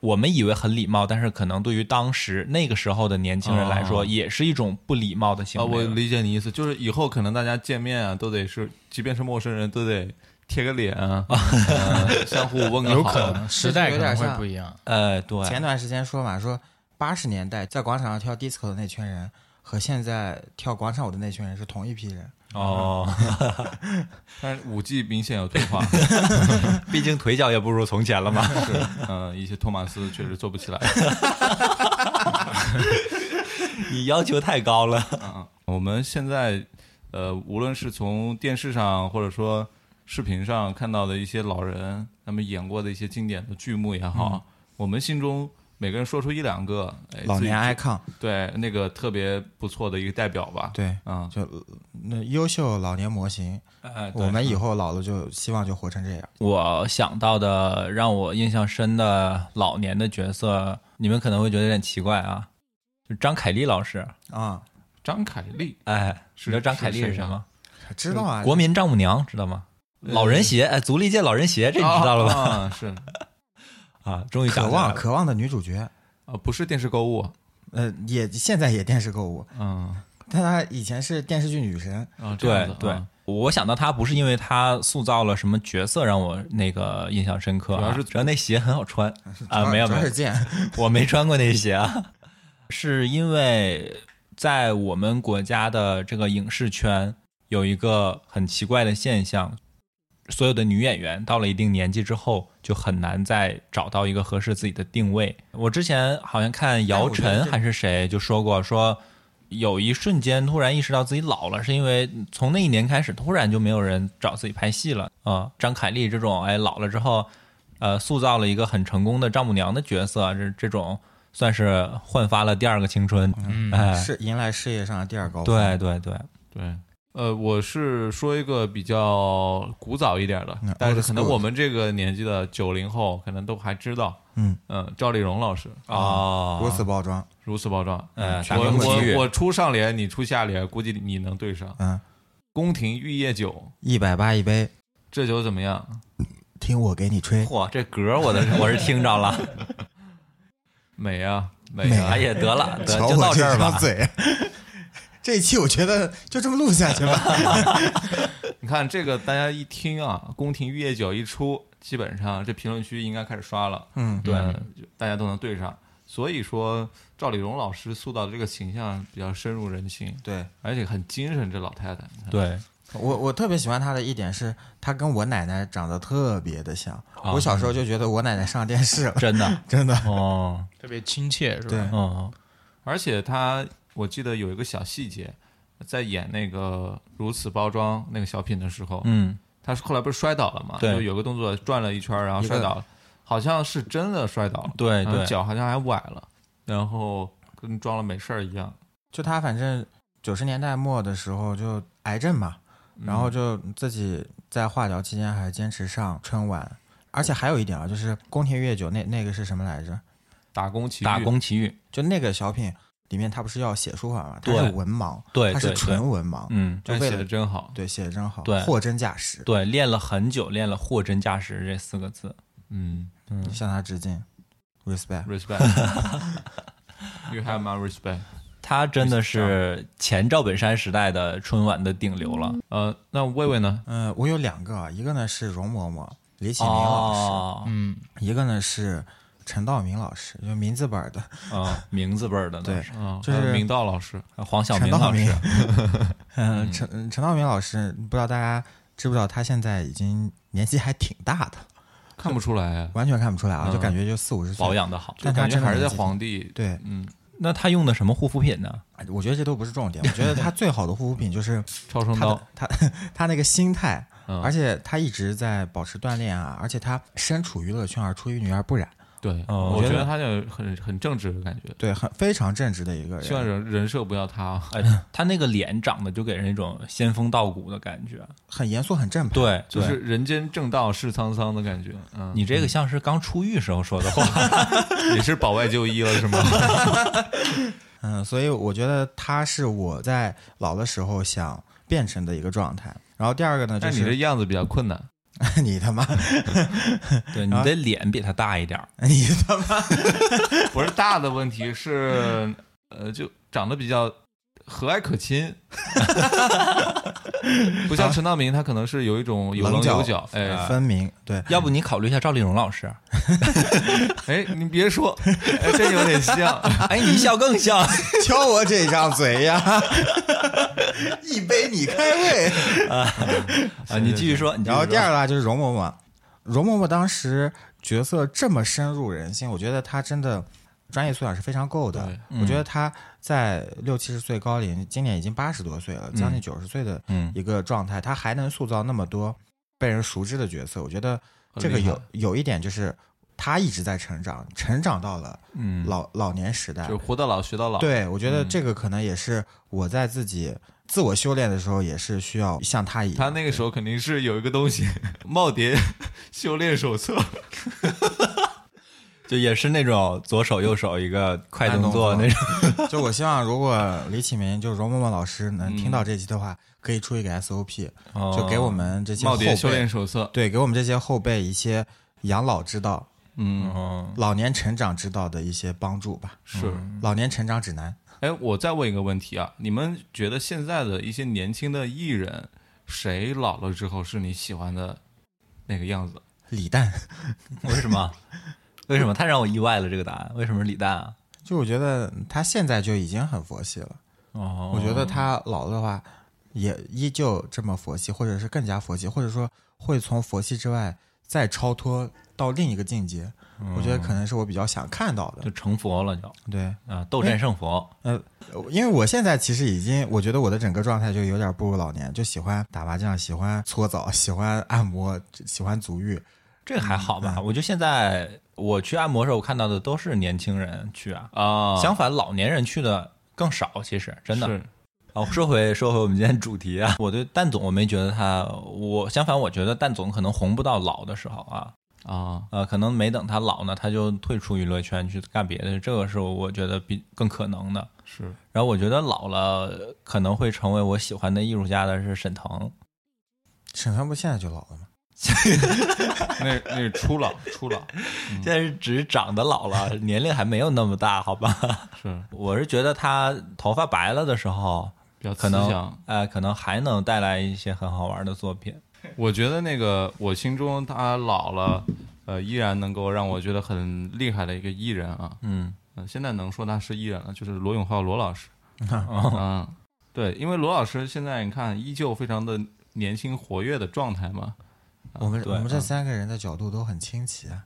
[SPEAKER 2] 我们以为很礼貌，但是可能对于当时那个时候的年轻人来说，
[SPEAKER 4] 哦
[SPEAKER 2] 也是一种不礼貌的行
[SPEAKER 4] 啊，我
[SPEAKER 2] 为了。
[SPEAKER 4] 理解你意思，就是以后可能大家见面啊，都得是，即便是陌生人，都得贴个 脸啊，呃相互问个
[SPEAKER 3] 有
[SPEAKER 4] 好。
[SPEAKER 3] 可能时代可
[SPEAKER 5] 有点
[SPEAKER 3] 能会
[SPEAKER 5] 像
[SPEAKER 3] 不一样。
[SPEAKER 2] 呃，对，
[SPEAKER 5] 前段时间说嘛，说八十年代在广场上跳 disco 的那群人和现在跳广场舞的那群人是同一批人，
[SPEAKER 2] 哦，
[SPEAKER 4] 但是舞技明显有退化，
[SPEAKER 2] 毕竟腿脚也不如从前了嘛。
[SPEAKER 4] 嗯、一些托马斯确实做不起来。
[SPEAKER 2] 你要求太高了。
[SPEAKER 4] 我们现在呃，无论是从电视上或者说视频上看到的一些老人他们演过的一些经典的剧目也好，
[SPEAKER 2] 嗯
[SPEAKER 4] 我们心中每个人说出一两个，哎，
[SPEAKER 5] 老
[SPEAKER 4] 自己
[SPEAKER 5] 年
[SPEAKER 2] 啊
[SPEAKER 5] icon，
[SPEAKER 2] 哦
[SPEAKER 4] 对那个特别不错的一个代表吧。，
[SPEAKER 5] 对，
[SPEAKER 4] 嗯，
[SPEAKER 5] 就那优秀老年模型，
[SPEAKER 2] 哎对
[SPEAKER 5] 我们以后老了就希望就活成这样。
[SPEAKER 2] 我想到的让我印象深的老年的角色，你们可能会觉得有点奇怪啊，就张凯丽老师。
[SPEAKER 5] 啊，
[SPEAKER 4] 张凯丽
[SPEAKER 2] 哎，
[SPEAKER 4] 是
[SPEAKER 2] 你知道张凯丽
[SPEAKER 4] 是
[SPEAKER 2] 是
[SPEAKER 4] 谁
[SPEAKER 2] 什
[SPEAKER 4] 啊
[SPEAKER 2] 么？
[SPEAKER 5] 知道啊，
[SPEAKER 2] 国民丈母娘，知道吗？老人鞋，哎，足力健老人鞋，这你知道了吧？
[SPEAKER 4] 啊，啊是哦
[SPEAKER 2] 啊，终于想
[SPEAKER 5] 渴
[SPEAKER 2] 起来
[SPEAKER 5] 望
[SPEAKER 2] 了
[SPEAKER 5] 渴望的女主角，
[SPEAKER 4] 啊，不是电视购 物，
[SPEAKER 5] 呃，也现在也电视购物，
[SPEAKER 4] 嗯
[SPEAKER 5] 但她以前是电视剧女神，
[SPEAKER 4] 啊，这
[SPEAKER 2] 嗯对
[SPEAKER 4] 样子
[SPEAKER 2] 对
[SPEAKER 4] 啊，
[SPEAKER 2] 我想到她不是因为她塑造了什么角色让我那个印象深刻啊，
[SPEAKER 4] 主要是
[SPEAKER 2] 主要那鞋很好穿啊，
[SPEAKER 5] 主要
[SPEAKER 2] 没有
[SPEAKER 5] 主
[SPEAKER 2] 没
[SPEAKER 5] 要
[SPEAKER 2] 有
[SPEAKER 5] 是，见
[SPEAKER 2] 我没穿过那鞋啊，是因为在我们国家的这个影视圈有一个很奇怪的现象，所有的女演员到了一定年纪之后，就很难再找到一个合适自己的定位。我之前好像看姚晨还是谁就说过，说有一瞬间突然意识到自己老了，是因为从那一年开始，突然就没有人找自己拍戏了啊、张凯丽这种，哎，老了之后。呃，塑造了一个很成功的丈母娘的角色，啊这这种算是焕发了第二个青春。
[SPEAKER 3] 嗯
[SPEAKER 2] 哎，
[SPEAKER 5] 是啊迎来事业上的第二高峰。
[SPEAKER 2] 对对对，
[SPEAKER 4] 对，呃，我是说一个比较古早一点的
[SPEAKER 5] 嗯，
[SPEAKER 4] 但是
[SPEAKER 5] old
[SPEAKER 4] 可能
[SPEAKER 5] school
[SPEAKER 4] 我们这个年纪的九零后可能都还知道，
[SPEAKER 5] 嗯
[SPEAKER 4] 嗯，赵丽蓉老师
[SPEAKER 2] 哦，
[SPEAKER 5] 如此包装，
[SPEAKER 4] 如此包装。
[SPEAKER 2] 嗯，
[SPEAKER 5] 啥
[SPEAKER 2] 大
[SPEAKER 4] 我
[SPEAKER 5] 名字
[SPEAKER 2] 名体育
[SPEAKER 4] 我我出上联，你出下联，估计你能对上。
[SPEAKER 5] 嗯，
[SPEAKER 4] 宫廷玉液酒，
[SPEAKER 5] 一百八一杯，
[SPEAKER 4] 这酒怎么样？
[SPEAKER 5] 听我给你 吹，
[SPEAKER 2] 嚯，这歌我的我是听着 了，
[SPEAKER 4] 美啊，美
[SPEAKER 5] 美
[SPEAKER 4] 啊
[SPEAKER 5] 啊！
[SPEAKER 2] 哎也得 了，得
[SPEAKER 5] 瞧
[SPEAKER 2] 就
[SPEAKER 5] 我
[SPEAKER 2] 到这儿
[SPEAKER 5] 张
[SPEAKER 2] 吧。
[SPEAKER 5] 嘴。这一期我觉得就这么录下去吧。
[SPEAKER 4] 你看这个，大家一听啊，宫廷玉液酒一出，基本上这评论区应该开始刷了。
[SPEAKER 5] 嗯，
[SPEAKER 4] 对，就大家都能对上。所以说，赵丽蓉老师塑造的这个形象比较深入人心，
[SPEAKER 5] 对
[SPEAKER 4] 而且很精神。这老太太，你看
[SPEAKER 2] 对，
[SPEAKER 5] 我我特别喜欢她的一点是，她跟我奶奶长得特别的像。
[SPEAKER 2] 啊
[SPEAKER 5] 我小时候就觉得我奶奶上电视了，
[SPEAKER 2] 真的
[SPEAKER 5] 真的。
[SPEAKER 2] 哦，
[SPEAKER 3] 特别亲切是吧？
[SPEAKER 5] 对
[SPEAKER 2] 哦，
[SPEAKER 4] 而且她，我记得有一个小细节，在演那个《如此包装》那个小品的时候，
[SPEAKER 2] 嗯，
[SPEAKER 4] 她是后来不是摔倒了嘛？
[SPEAKER 2] 对
[SPEAKER 4] 就有个动作转了一圈，然后摔倒了，好像是真的摔倒了，
[SPEAKER 2] 对
[SPEAKER 5] 哎嗯
[SPEAKER 4] 然后
[SPEAKER 2] 对，
[SPEAKER 4] 脚好像还崴了，然后跟装了没事儿一样。
[SPEAKER 5] 就她反正九十年代末的时候就癌症嘛，然后就自己在化疗期间还坚持上春晚，而且还有一点啊，就是宫廷乐酒那那个是什么来着？
[SPEAKER 4] 打工奇遇
[SPEAKER 2] 打工奇遇，
[SPEAKER 5] 就那个小品里面，他不是要写书法嘛？他
[SPEAKER 2] 对
[SPEAKER 5] 是文盲，
[SPEAKER 2] 对
[SPEAKER 5] 他是
[SPEAKER 2] 对
[SPEAKER 5] 纯文盲，
[SPEAKER 2] 嗯，
[SPEAKER 5] 就
[SPEAKER 4] 但
[SPEAKER 5] 为
[SPEAKER 4] 写
[SPEAKER 5] 了
[SPEAKER 4] 的真好，
[SPEAKER 5] 对，写的真好，
[SPEAKER 2] 对
[SPEAKER 5] 货真价实，
[SPEAKER 2] 对，练了很久，练了货真价实这四个字。
[SPEAKER 4] 嗯
[SPEAKER 2] 嗯，
[SPEAKER 5] 向他致敬，respect。
[SPEAKER 4] ，respect，you have my respect。
[SPEAKER 2] 他真的是前赵本山时代的春晚的顶流了。
[SPEAKER 4] 呃，那魏魏呢？
[SPEAKER 5] 嗯、我有两个，啊，一个呢是容嬷嬷李启明老
[SPEAKER 2] 哦，
[SPEAKER 3] 嗯，
[SPEAKER 5] 师，一个呢是陈道明老师，就名字本儿 的，
[SPEAKER 2] 啊，名字辈儿的呢
[SPEAKER 5] 对
[SPEAKER 2] 是
[SPEAKER 4] 啊，
[SPEAKER 5] 就是
[SPEAKER 4] 还有明道老师，
[SPEAKER 2] 黄晓明
[SPEAKER 5] 陈道
[SPEAKER 2] 老
[SPEAKER 5] 明
[SPEAKER 2] 师，。
[SPEAKER 5] 嗯，陈陈道明老师，不知道大家知不知道，他现在已经年纪还挺大的，
[SPEAKER 4] 看不出来，
[SPEAKER 5] 完全看不出来啊，
[SPEAKER 4] 嗯
[SPEAKER 5] 就感觉就四五十岁
[SPEAKER 2] 保。养的好。
[SPEAKER 4] 就
[SPEAKER 5] 但
[SPEAKER 4] 感
[SPEAKER 5] 他
[SPEAKER 4] 觉
[SPEAKER 5] 真的
[SPEAKER 4] 还是在
[SPEAKER 5] 年纪
[SPEAKER 4] 皇帝。
[SPEAKER 5] 对，
[SPEAKER 4] 嗯，
[SPEAKER 2] 那他用的什么护肤品呢？
[SPEAKER 5] 我觉得这都不是重点。我觉得他最好的护肤品就是
[SPEAKER 4] 超声
[SPEAKER 5] 他
[SPEAKER 4] 刀
[SPEAKER 5] 的，他他那个心态，
[SPEAKER 4] 嗯
[SPEAKER 5] 而且他一直在保持锻炼啊，而且他身处娱乐圈而出淤泥而不染，
[SPEAKER 4] 对，
[SPEAKER 5] 嗯
[SPEAKER 2] 哦
[SPEAKER 4] 我
[SPEAKER 2] 我
[SPEAKER 4] 觉
[SPEAKER 2] 觉
[SPEAKER 4] 得
[SPEAKER 2] 得
[SPEAKER 4] 他就很很正直的感觉，
[SPEAKER 5] 对，很非常正直的一个
[SPEAKER 4] 希望
[SPEAKER 5] 人，
[SPEAKER 4] 人人设不要塌啊。
[SPEAKER 2] 哎，他那个脸长得就给人一种仙风道骨的感觉。
[SPEAKER 5] 很严肃，很正派。
[SPEAKER 2] 对，
[SPEAKER 4] 就
[SPEAKER 2] 对
[SPEAKER 4] 是人间正道是沧桑的感觉，嗯，
[SPEAKER 2] 你这个像是刚出狱时候说的话。
[SPEAKER 4] 你是保外就医了是吗？
[SPEAKER 5] 嗯，所以我觉得他是我在老的时候想变成的一个状态。然后第二个呢，就
[SPEAKER 4] 但你这
[SPEAKER 5] 是
[SPEAKER 4] 样子比较困 难，
[SPEAKER 5] 你他妈，
[SPEAKER 2] 对，你的脸比他大一点儿。
[SPEAKER 5] 你他妈，
[SPEAKER 4] 不是大的问题是，呃，就长得比较和蔼可 亲，不像陈道明，他可能是有一种啊有棱有
[SPEAKER 5] 棱
[SPEAKER 4] 角
[SPEAKER 5] 角。
[SPEAKER 4] 哎
[SPEAKER 5] 分明对，
[SPEAKER 2] 要不你考虑一下赵丽蓉老师？
[SPEAKER 4] 哎，你别 说，哎，真有点像。
[SPEAKER 2] 哎，你一笑更像。
[SPEAKER 5] 敲我这张 嘴呀！一杯你开胃。
[SPEAKER 2] 啊，你继续说，你继续
[SPEAKER 5] 然后
[SPEAKER 2] 说
[SPEAKER 5] 第二 个啊就是容嬷嬷，容嬷嬷当时角色这么深入人心，我觉得她真的专业素养是非常够的
[SPEAKER 4] 对。嗯
[SPEAKER 5] 我觉得她在六七十岁高龄，今年已经八十多岁了，将近九十岁的
[SPEAKER 2] 嗯
[SPEAKER 5] 一个状态，她还能塑造那么多被人熟知的角色，我觉得
[SPEAKER 4] 很
[SPEAKER 5] 这个
[SPEAKER 4] 厉害
[SPEAKER 5] 有有一点就是她一直在成长，成长到了
[SPEAKER 2] 嗯
[SPEAKER 5] 老老年时代
[SPEAKER 4] 就。活到老学到老，嗯
[SPEAKER 5] 对，我觉得这个可能也是我在自己自我修炼的时候，也是需要像她一样。
[SPEAKER 4] 他那个时候肯定是有一个东西， 《耄耋修炼手册》
[SPEAKER 2] 就也是那种左手右手一个快动作
[SPEAKER 5] 慢
[SPEAKER 2] 那
[SPEAKER 5] 动
[SPEAKER 2] 种。
[SPEAKER 5] 就我希望，如果李启明就是容嬷嬷老师能听到这期的话，可以出一个 SOP，、
[SPEAKER 2] 哦
[SPEAKER 5] 就给我们这
[SPEAKER 4] 《
[SPEAKER 5] 些后
[SPEAKER 4] 嗯耄耋修
[SPEAKER 5] 辈
[SPEAKER 4] 炼，手册》。
[SPEAKER 5] 对，给我们这些后辈一些养老之道、
[SPEAKER 4] 嗯，
[SPEAKER 2] 嗯
[SPEAKER 5] 老年成长之道的一些帮助吧。
[SPEAKER 4] 是。
[SPEAKER 5] 老年成长指南，
[SPEAKER 4] 哎，我再问一个问题啊，你们觉得现在的一些年轻的艺人，谁老了之后是你喜欢的那个样子？
[SPEAKER 5] 李诞，
[SPEAKER 2] 为什么？为什么太让我意外了？这个答案为什么是李诞啊？
[SPEAKER 5] 就我觉得他现在就已经很佛系了。
[SPEAKER 2] 哦
[SPEAKER 5] 我觉得他老的话，也依旧这么佛系，或者是更加佛系，或者说会从佛系之外再超脱到另一个境界。我觉得可能是我比较想看到
[SPEAKER 2] 嗯就
[SPEAKER 5] 的。
[SPEAKER 2] 成佛了，就
[SPEAKER 5] 对。
[SPEAKER 2] 啊，斗战胜佛。
[SPEAKER 5] 呃，因为我现在其实已经，我觉得我的整个状态就有点步入老年，就喜欢打麻将，喜欢搓澡，喜欢按摩，喜欢足浴。
[SPEAKER 2] 这个还好
[SPEAKER 5] 嗯
[SPEAKER 2] 吧？我就现在我去按摩的时候看到的都是年轻人去啊，
[SPEAKER 4] 啊，
[SPEAKER 2] 相反老年人去的更少。其实真的。
[SPEAKER 4] 是
[SPEAKER 2] 好，说回说回我们今天主题啊，我 对蛋总我没觉得他，我相反我觉得蛋总可能红不到老的时候啊，
[SPEAKER 4] 啊，
[SPEAKER 2] 呃，可能没等他老呢，他就退出娱乐圈去干别的，这个是我觉得比更可能的。
[SPEAKER 4] 是
[SPEAKER 2] 然后我觉得老了可能会成为我喜欢的艺术家的是沈腾，
[SPEAKER 5] 沈腾不现在就老了吗？
[SPEAKER 4] 那那是初老，初老
[SPEAKER 2] 现在是只是长得老了， 年龄还没有那么大，好吧？
[SPEAKER 4] 是
[SPEAKER 2] 我是觉得他头发白了的时候，
[SPEAKER 4] 比较
[SPEAKER 2] 可
[SPEAKER 4] 慈祥
[SPEAKER 2] 能。呃，可能还能带来一些很好玩的作品。
[SPEAKER 4] 我觉得那个我心中他老了，呃，依然能够让我觉得很厉害的一个艺人啊，
[SPEAKER 2] 嗯，
[SPEAKER 4] 嗯，现在能说他是艺人了，就是罗永浩罗老 师。嗯，对，因为罗老师现在你看依旧非常的年轻活跃的状态嘛，
[SPEAKER 5] 我们
[SPEAKER 2] 对
[SPEAKER 5] 我们这三个人的角度都很清奇啊。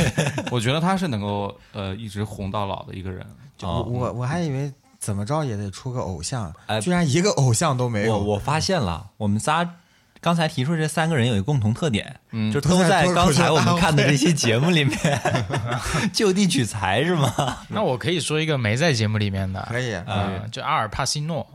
[SPEAKER 4] 我觉得他是能够呃一直红到老的一个人。
[SPEAKER 5] 就
[SPEAKER 2] 哦
[SPEAKER 5] 我我我还以为怎么着也得出个偶像
[SPEAKER 2] 哎，
[SPEAKER 5] 居然一个偶像都没
[SPEAKER 2] 我
[SPEAKER 5] 有。
[SPEAKER 2] 我发现了，我们仨刚才提出这三个人有一个共同特点，
[SPEAKER 4] 嗯
[SPEAKER 2] 就都在刚才我们看的这些节目里面就地取材是吗？
[SPEAKER 3] 那我可以说一个没在节目里面的，
[SPEAKER 5] 可以，
[SPEAKER 2] 啊
[SPEAKER 3] 嗯，就阿尔帕西诺，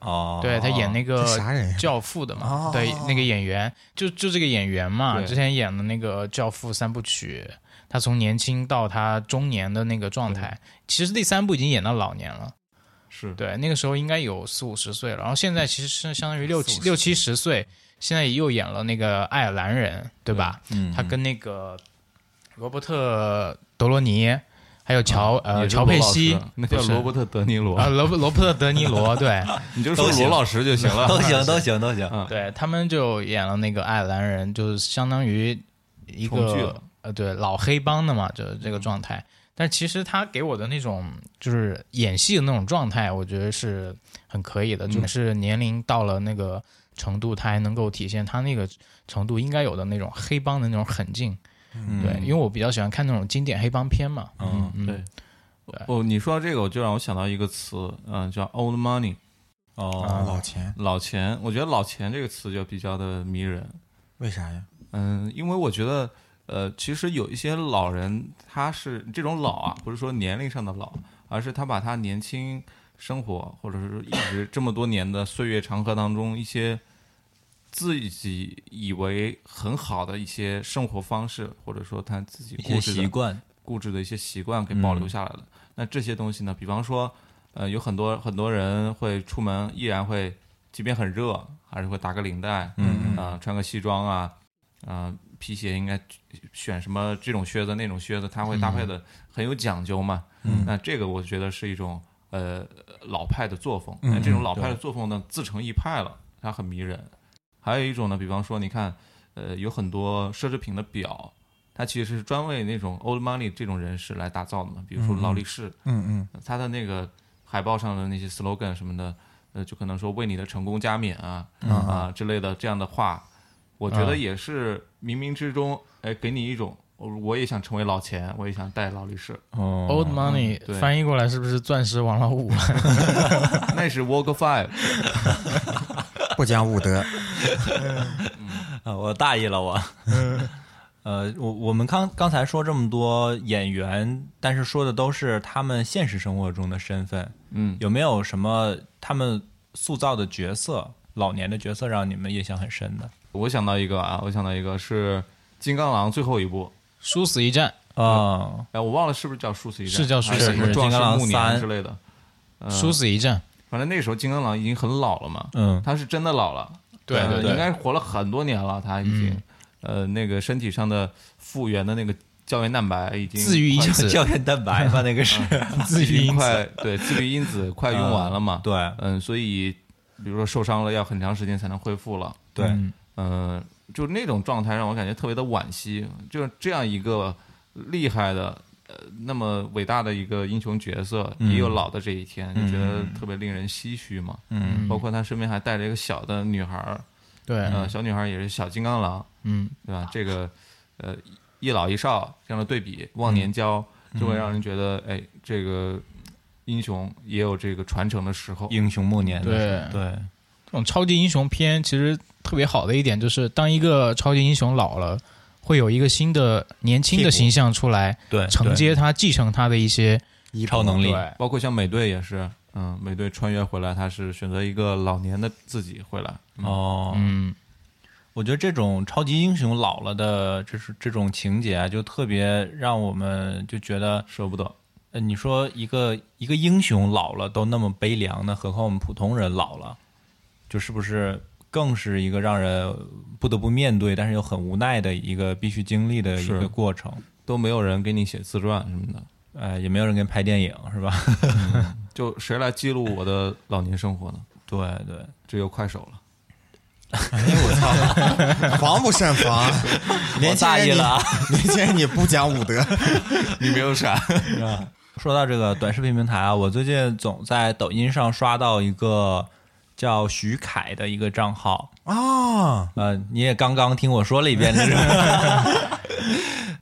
[SPEAKER 2] 哦，
[SPEAKER 3] 对他演那个
[SPEAKER 5] 这啥人呀
[SPEAKER 3] 教父的嘛
[SPEAKER 5] 哦，
[SPEAKER 3] 对，那个演员就就这个演员嘛，
[SPEAKER 4] 对
[SPEAKER 3] 之前演的那个《教父》三部曲，他从年轻到他中年的那个状态，其实第三部已经演到老年了，
[SPEAKER 4] 是
[SPEAKER 3] 对，那个时候应该有四五十岁了，然后现在其实是相当于六七
[SPEAKER 5] 四五十
[SPEAKER 3] 六七十岁，现在又演了那个爱尔兰人，对吧？
[SPEAKER 2] 嗯
[SPEAKER 3] 他跟那个罗伯特·德罗尼，还有乔、呃
[SPEAKER 4] 啊也是
[SPEAKER 3] 乔
[SPEAKER 4] 罗
[SPEAKER 3] 佩
[SPEAKER 4] 老师
[SPEAKER 3] 西，
[SPEAKER 4] 那个
[SPEAKER 3] 不是
[SPEAKER 4] 罗伯特·德尼罗
[SPEAKER 3] 啊，，罗伯罗伯特·德尼罗，对
[SPEAKER 4] 你就说
[SPEAKER 2] 都行
[SPEAKER 4] 罗老师就行了。
[SPEAKER 2] 都行都行都行，
[SPEAKER 4] 嗯
[SPEAKER 3] 对，他们就演了那个爱尔兰人，就是相当于一
[SPEAKER 4] 重聚了嗯
[SPEAKER 3] 个呃，对老黑帮的嘛，就是这个状态。但其实他给我的那种就是演戏的那种状态，我觉得是很可以
[SPEAKER 4] 嗯
[SPEAKER 3] 的，就是年龄到了那个程度，他还能够体现他那个程度应该有的那种黑帮的那种狠劲。
[SPEAKER 2] 嗯
[SPEAKER 3] 对，因为我比较喜欢看那种经典黑帮片嘛。
[SPEAKER 2] 嗯
[SPEAKER 3] 嗯，
[SPEAKER 4] 对。哦，你说到这个，我就让我想到一个词，嗯，叫 old money，
[SPEAKER 3] 啊
[SPEAKER 2] 哦，
[SPEAKER 5] 啊老钱
[SPEAKER 4] 老钱。我觉得“老钱”这个词就比较的迷人。
[SPEAKER 5] 为啥呀？
[SPEAKER 4] 嗯，因为我觉得，呃，其实有一些老人，他是这种老啊，不是说年龄上的老，而是他把他年轻生活，或者是一直这么多年的岁月长河当中一些自己以为很好的一些生活方式，或者说他自己
[SPEAKER 2] 一
[SPEAKER 4] 固
[SPEAKER 2] 些
[SPEAKER 4] 执
[SPEAKER 2] 习
[SPEAKER 4] 的
[SPEAKER 2] 惯，嗯
[SPEAKER 4] 固执的一些习惯给保留下来了。那这些东西呢，比方说，呃，有很多很多人会出门依然会，即便很热，还是会打个领带，
[SPEAKER 2] 嗯
[SPEAKER 4] 啊、穿个西装啊，啊、皮鞋应该选什么这种靴子那种靴子，他会搭配的很有讲究嘛。
[SPEAKER 2] 嗯
[SPEAKER 4] 那这个我觉得是一种呃老派的作风，
[SPEAKER 2] 嗯
[SPEAKER 4] 但这种老派的作风呢自成一派了，它很迷人。还有一种呢，比方说你看，呃，有很多奢侈品的表，它其实是专为那种 old money 这种人士来打造的嘛，比如说
[SPEAKER 2] 嗯
[SPEAKER 4] 劳力士，
[SPEAKER 5] 嗯
[SPEAKER 4] 它的那个海报上的那些 slogan 什么的，呃，就可能说为你的成功加冕啊、啊之类的这样的话，我觉得也是冥冥之中，哎，给你一种我我也想成为老钱，我也想戴劳力士，
[SPEAKER 2] 哦
[SPEAKER 3] Old money
[SPEAKER 4] 嗯对
[SPEAKER 3] 翻译过来是不是钻石王老 五？
[SPEAKER 4] 那是 Walk Five，
[SPEAKER 5] 嗯，不讲 武德，
[SPEAKER 2] 啊，我大意了，我。 呃，我我们刚刚才说这么多演员，但是说的都是他们现实生活中的身份，
[SPEAKER 4] 嗯，
[SPEAKER 2] 有没有什么他们塑造的角色，老年的角色让你们印象很深的？
[SPEAKER 4] 我想到一个啊，我想到一个是《金刚狼》最后一部，
[SPEAKER 3] 殊死一战，
[SPEAKER 2] 啊、
[SPEAKER 4] 哎，我忘了是不是叫殊死一战，
[SPEAKER 3] 是叫殊
[SPEAKER 4] 殊
[SPEAKER 3] 死一战
[SPEAKER 4] 死什么壮
[SPEAKER 2] 金
[SPEAKER 4] 士
[SPEAKER 2] 刚狼
[SPEAKER 4] 暮年
[SPEAKER 2] 三
[SPEAKER 4] 之类的，呃
[SPEAKER 3] 殊死一战，
[SPEAKER 4] 反正那时候金刚狼已经很老了嘛，
[SPEAKER 2] 嗯，
[SPEAKER 4] 他是真的老了，
[SPEAKER 3] 对
[SPEAKER 4] 呃
[SPEAKER 2] 对对
[SPEAKER 4] 应该活了很多年了，他已经，呃，那个身体上的复原的那个胶原蛋白已经
[SPEAKER 3] 自愈因
[SPEAKER 4] 快
[SPEAKER 3] 子，
[SPEAKER 2] 胶原蛋白吧，那个 是，
[SPEAKER 3] 自愈因子，
[SPEAKER 4] 快对自愈因子快用完了嘛，
[SPEAKER 2] 对
[SPEAKER 4] 嗯，所以比如说受伤了要很长时间才能恢复了，
[SPEAKER 2] 对，
[SPEAKER 3] 嗯
[SPEAKER 4] 嗯，就那种状态让我感觉特别的惋惜。就是这样一个厉害的、呃那么伟大的一个英雄角色，
[SPEAKER 2] 嗯
[SPEAKER 4] 也有老的这一天，
[SPEAKER 2] 嗯
[SPEAKER 4] 就觉得特别令人唏嘘嘛。
[SPEAKER 2] 嗯
[SPEAKER 4] 包括他身边还带着一个小的女孩儿，
[SPEAKER 3] 对，
[SPEAKER 4] 呃，小女孩也是小金刚狼，
[SPEAKER 3] 嗯，
[SPEAKER 4] 对吧？这个呃一老一少这样的对比，忘年交就会让人觉得，哎，这个英雄也有这个传承的时候。
[SPEAKER 2] 英雄暮年的时候，
[SPEAKER 3] 对
[SPEAKER 2] 对，
[SPEAKER 3] 这种超级英雄片其实特别好的一点就是，当一个超级英雄老了，会有一个新的年轻的形象出来，
[SPEAKER 2] 对，
[SPEAKER 3] 承接他、继承他的一些
[SPEAKER 2] 超能力，
[SPEAKER 3] 对
[SPEAKER 4] 包括像美队也是，嗯，美队穿越回来，他是选择一个老年的自己回来。
[SPEAKER 2] 哦，
[SPEAKER 3] 嗯，
[SPEAKER 2] 我觉得这种超级英雄老了的，就是这种情节啊，就特别让我们就觉得
[SPEAKER 4] 舍不得。
[SPEAKER 2] 呃，你说一个一个英雄老了都那么悲凉呢，何况我们普通人老了，就是不是更是一个让人不得不面对，但是又很无奈的一个必须经历的一
[SPEAKER 4] 是
[SPEAKER 2] 个过程。
[SPEAKER 4] 都没有人给你写自传什么的，
[SPEAKER 2] 呃，也没有人给你拍电影，是吧？
[SPEAKER 4] 就谁来记录我的老年生活呢？
[SPEAKER 2] 对对，
[SPEAKER 4] 只有快手了。
[SPEAKER 5] 防不胜防。
[SPEAKER 2] 我
[SPEAKER 5] 年轻
[SPEAKER 2] 大
[SPEAKER 5] 人
[SPEAKER 2] 意
[SPEAKER 5] 你
[SPEAKER 2] 了啊。
[SPEAKER 5] 年轻人你不讲武 德，
[SPEAKER 4] 你没有闪，
[SPEAKER 2] 说到这个短视频平台啊，我最近总在抖音上刷到一个叫徐凯的一个账号，
[SPEAKER 5] 哦，
[SPEAKER 2] 呃，你也刚刚听我说了一遍，这是。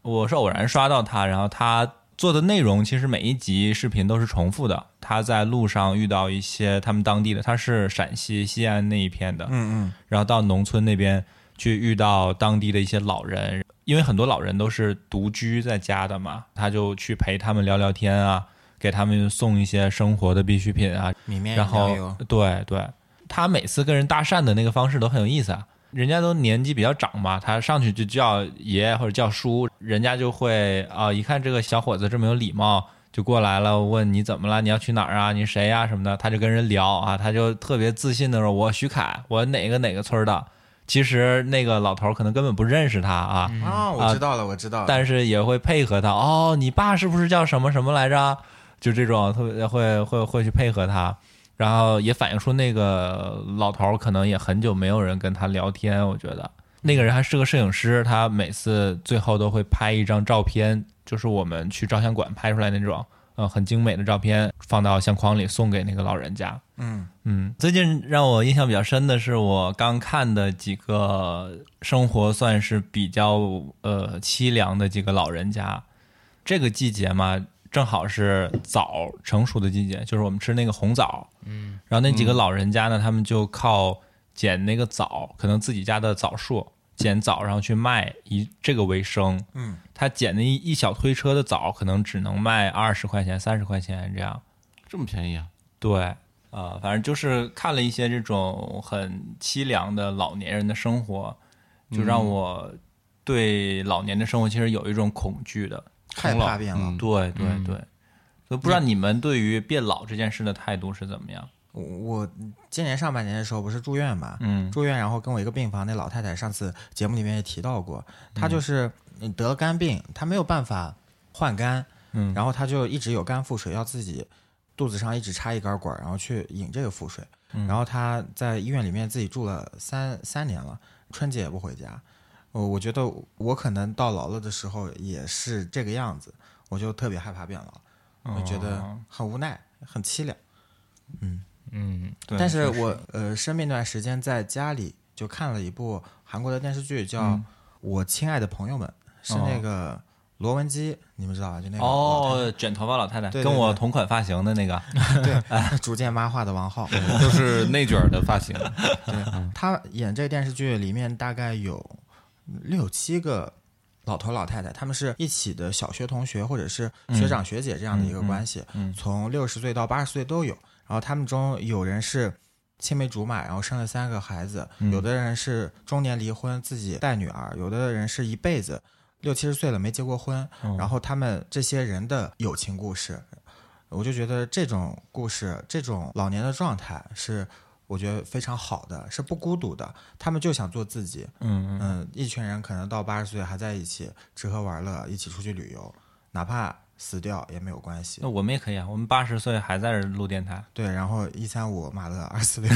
[SPEAKER 2] 我是偶然刷到他，然后他做的内容其实每一集视频都是重复的。他在路上遇到一些他们当地的，他是陕西西安那一片的，
[SPEAKER 5] 嗯
[SPEAKER 2] 然后到农村那边去遇到当地的一些老人，因为很多老人都是独居在家的嘛，他就去陪他们聊聊天啊，给他们送一些生活的必需品啊，
[SPEAKER 5] 嗯，里面
[SPEAKER 2] 然
[SPEAKER 5] 有
[SPEAKER 2] 后
[SPEAKER 5] 有
[SPEAKER 2] 对对，他每次跟人搭讪的那个方式都很有意思啊。人家都年纪比较长嘛，他上去就叫爷或者叫叔，人家就会啊、一看这个小伙子这么有礼貌，就过来了，问你怎么了，你要去哪儿啊，你谁呀、什么的，他就跟人聊啊，他就特别自信的说，我徐凯，我哪个哪个村儿的。其实那个老头儿可能根本不认识他啊，
[SPEAKER 5] 啊，我知道了，我知道了，
[SPEAKER 2] 但是也会配合他。哦，你爸是不是叫什么什么来着？就这种特别会会会去配合他，然后也反映出那个老头儿可能也很久没有人跟他聊天，我觉得那个人还是个摄影师，他每次最后都会拍一张照片，就是我们去照相馆拍出来那种。呃，很精美的照片放到相框里送给那个老人家。
[SPEAKER 5] 嗯
[SPEAKER 2] 嗯，最近让我印象比较深的是，我刚看的几个生活算是比较呃凄凉的几个老人家。这个季节嘛，正好是枣成熟的季节，就是我们吃那个红枣。嗯，然后那几个老人家呢，他们就靠捡那个枣，可能自己家的枣树捡枣，然后去卖，以这个为生。
[SPEAKER 5] 嗯，
[SPEAKER 2] 他捡那一一小推车的枣，可能只能卖二十块钱、三十块钱这样。
[SPEAKER 4] 这么便宜啊？
[SPEAKER 2] 对，啊、反正就是看了一些这种很凄凉的老年人的生活，就
[SPEAKER 5] 嗯
[SPEAKER 2] 让我对老年的生活其实有一种恐惧的。
[SPEAKER 5] 害怕变老。
[SPEAKER 4] 嗯
[SPEAKER 2] 对对对，所以不知道你们对于变老这件事的态度是怎么样？
[SPEAKER 5] 我我今年上半年的时候不是住院嘛，
[SPEAKER 2] 嗯
[SPEAKER 5] 住院然后跟我一个病房那老太太，上次节目里面也提到过，她就是嗯得了肝病，她没有办法换肝，
[SPEAKER 2] 嗯
[SPEAKER 5] 然后她就一直有肝腹水，要自己肚子上一直插一根管儿，然后去引这个腹水。
[SPEAKER 2] 嗯
[SPEAKER 5] 然后他在医院里面自己住了三三年了，春节也不回家。呃我我觉得我可能到老了的时候也是这个样子，我就特别害怕变老，
[SPEAKER 2] 嗯
[SPEAKER 5] 我觉
[SPEAKER 2] 哦
[SPEAKER 5] 得很无奈，很凄凉。
[SPEAKER 3] 嗯，
[SPEAKER 2] 对，
[SPEAKER 5] 但是
[SPEAKER 2] 确实
[SPEAKER 5] 我呃生病那段时间在家里就看了一部韩国的电视剧，叫《
[SPEAKER 2] 嗯
[SPEAKER 5] 我亲爱的朋友们》，是
[SPEAKER 2] 哦
[SPEAKER 5] 那个罗文基，你们知道吧？就那个老
[SPEAKER 2] 哦，卷头发老太太
[SPEAKER 5] 对
[SPEAKER 2] 跟
[SPEAKER 5] 对
[SPEAKER 2] 我
[SPEAKER 5] 对
[SPEAKER 2] 同款发型的那个，
[SPEAKER 5] 太太， 对，逐渐妈化的王浩，
[SPEAKER 4] 就是内卷的发型，
[SPEAKER 2] 嗯
[SPEAKER 5] 他演这电视剧里面大概有六七个老头老太太，他们是一起的小学同学或者是学长学姐这样的一个关系，
[SPEAKER 2] 嗯嗯嗯嗯
[SPEAKER 5] 从六十岁到八十岁都有。然后他们中有人是青梅竹马，然后生了三个孩子；
[SPEAKER 2] 嗯
[SPEAKER 5] 有的人是中年离婚自己带女儿；有的人是一辈子六七十岁了没结过婚。
[SPEAKER 2] 哦
[SPEAKER 5] 然后他们这些人的友情故事，我就觉得这种故事，这种老年的状态是我觉得非常好的，是不孤独的。他们就想做自己，
[SPEAKER 2] 嗯嗯
[SPEAKER 5] 嗯，一群人可能到八十岁还在一起吃喝玩乐，一起出去旅游，哪怕死掉也没有关系
[SPEAKER 2] 那。我们也可以啊，我们八十岁还在这儿录电台，
[SPEAKER 5] 对，然后一三五马勒二四六，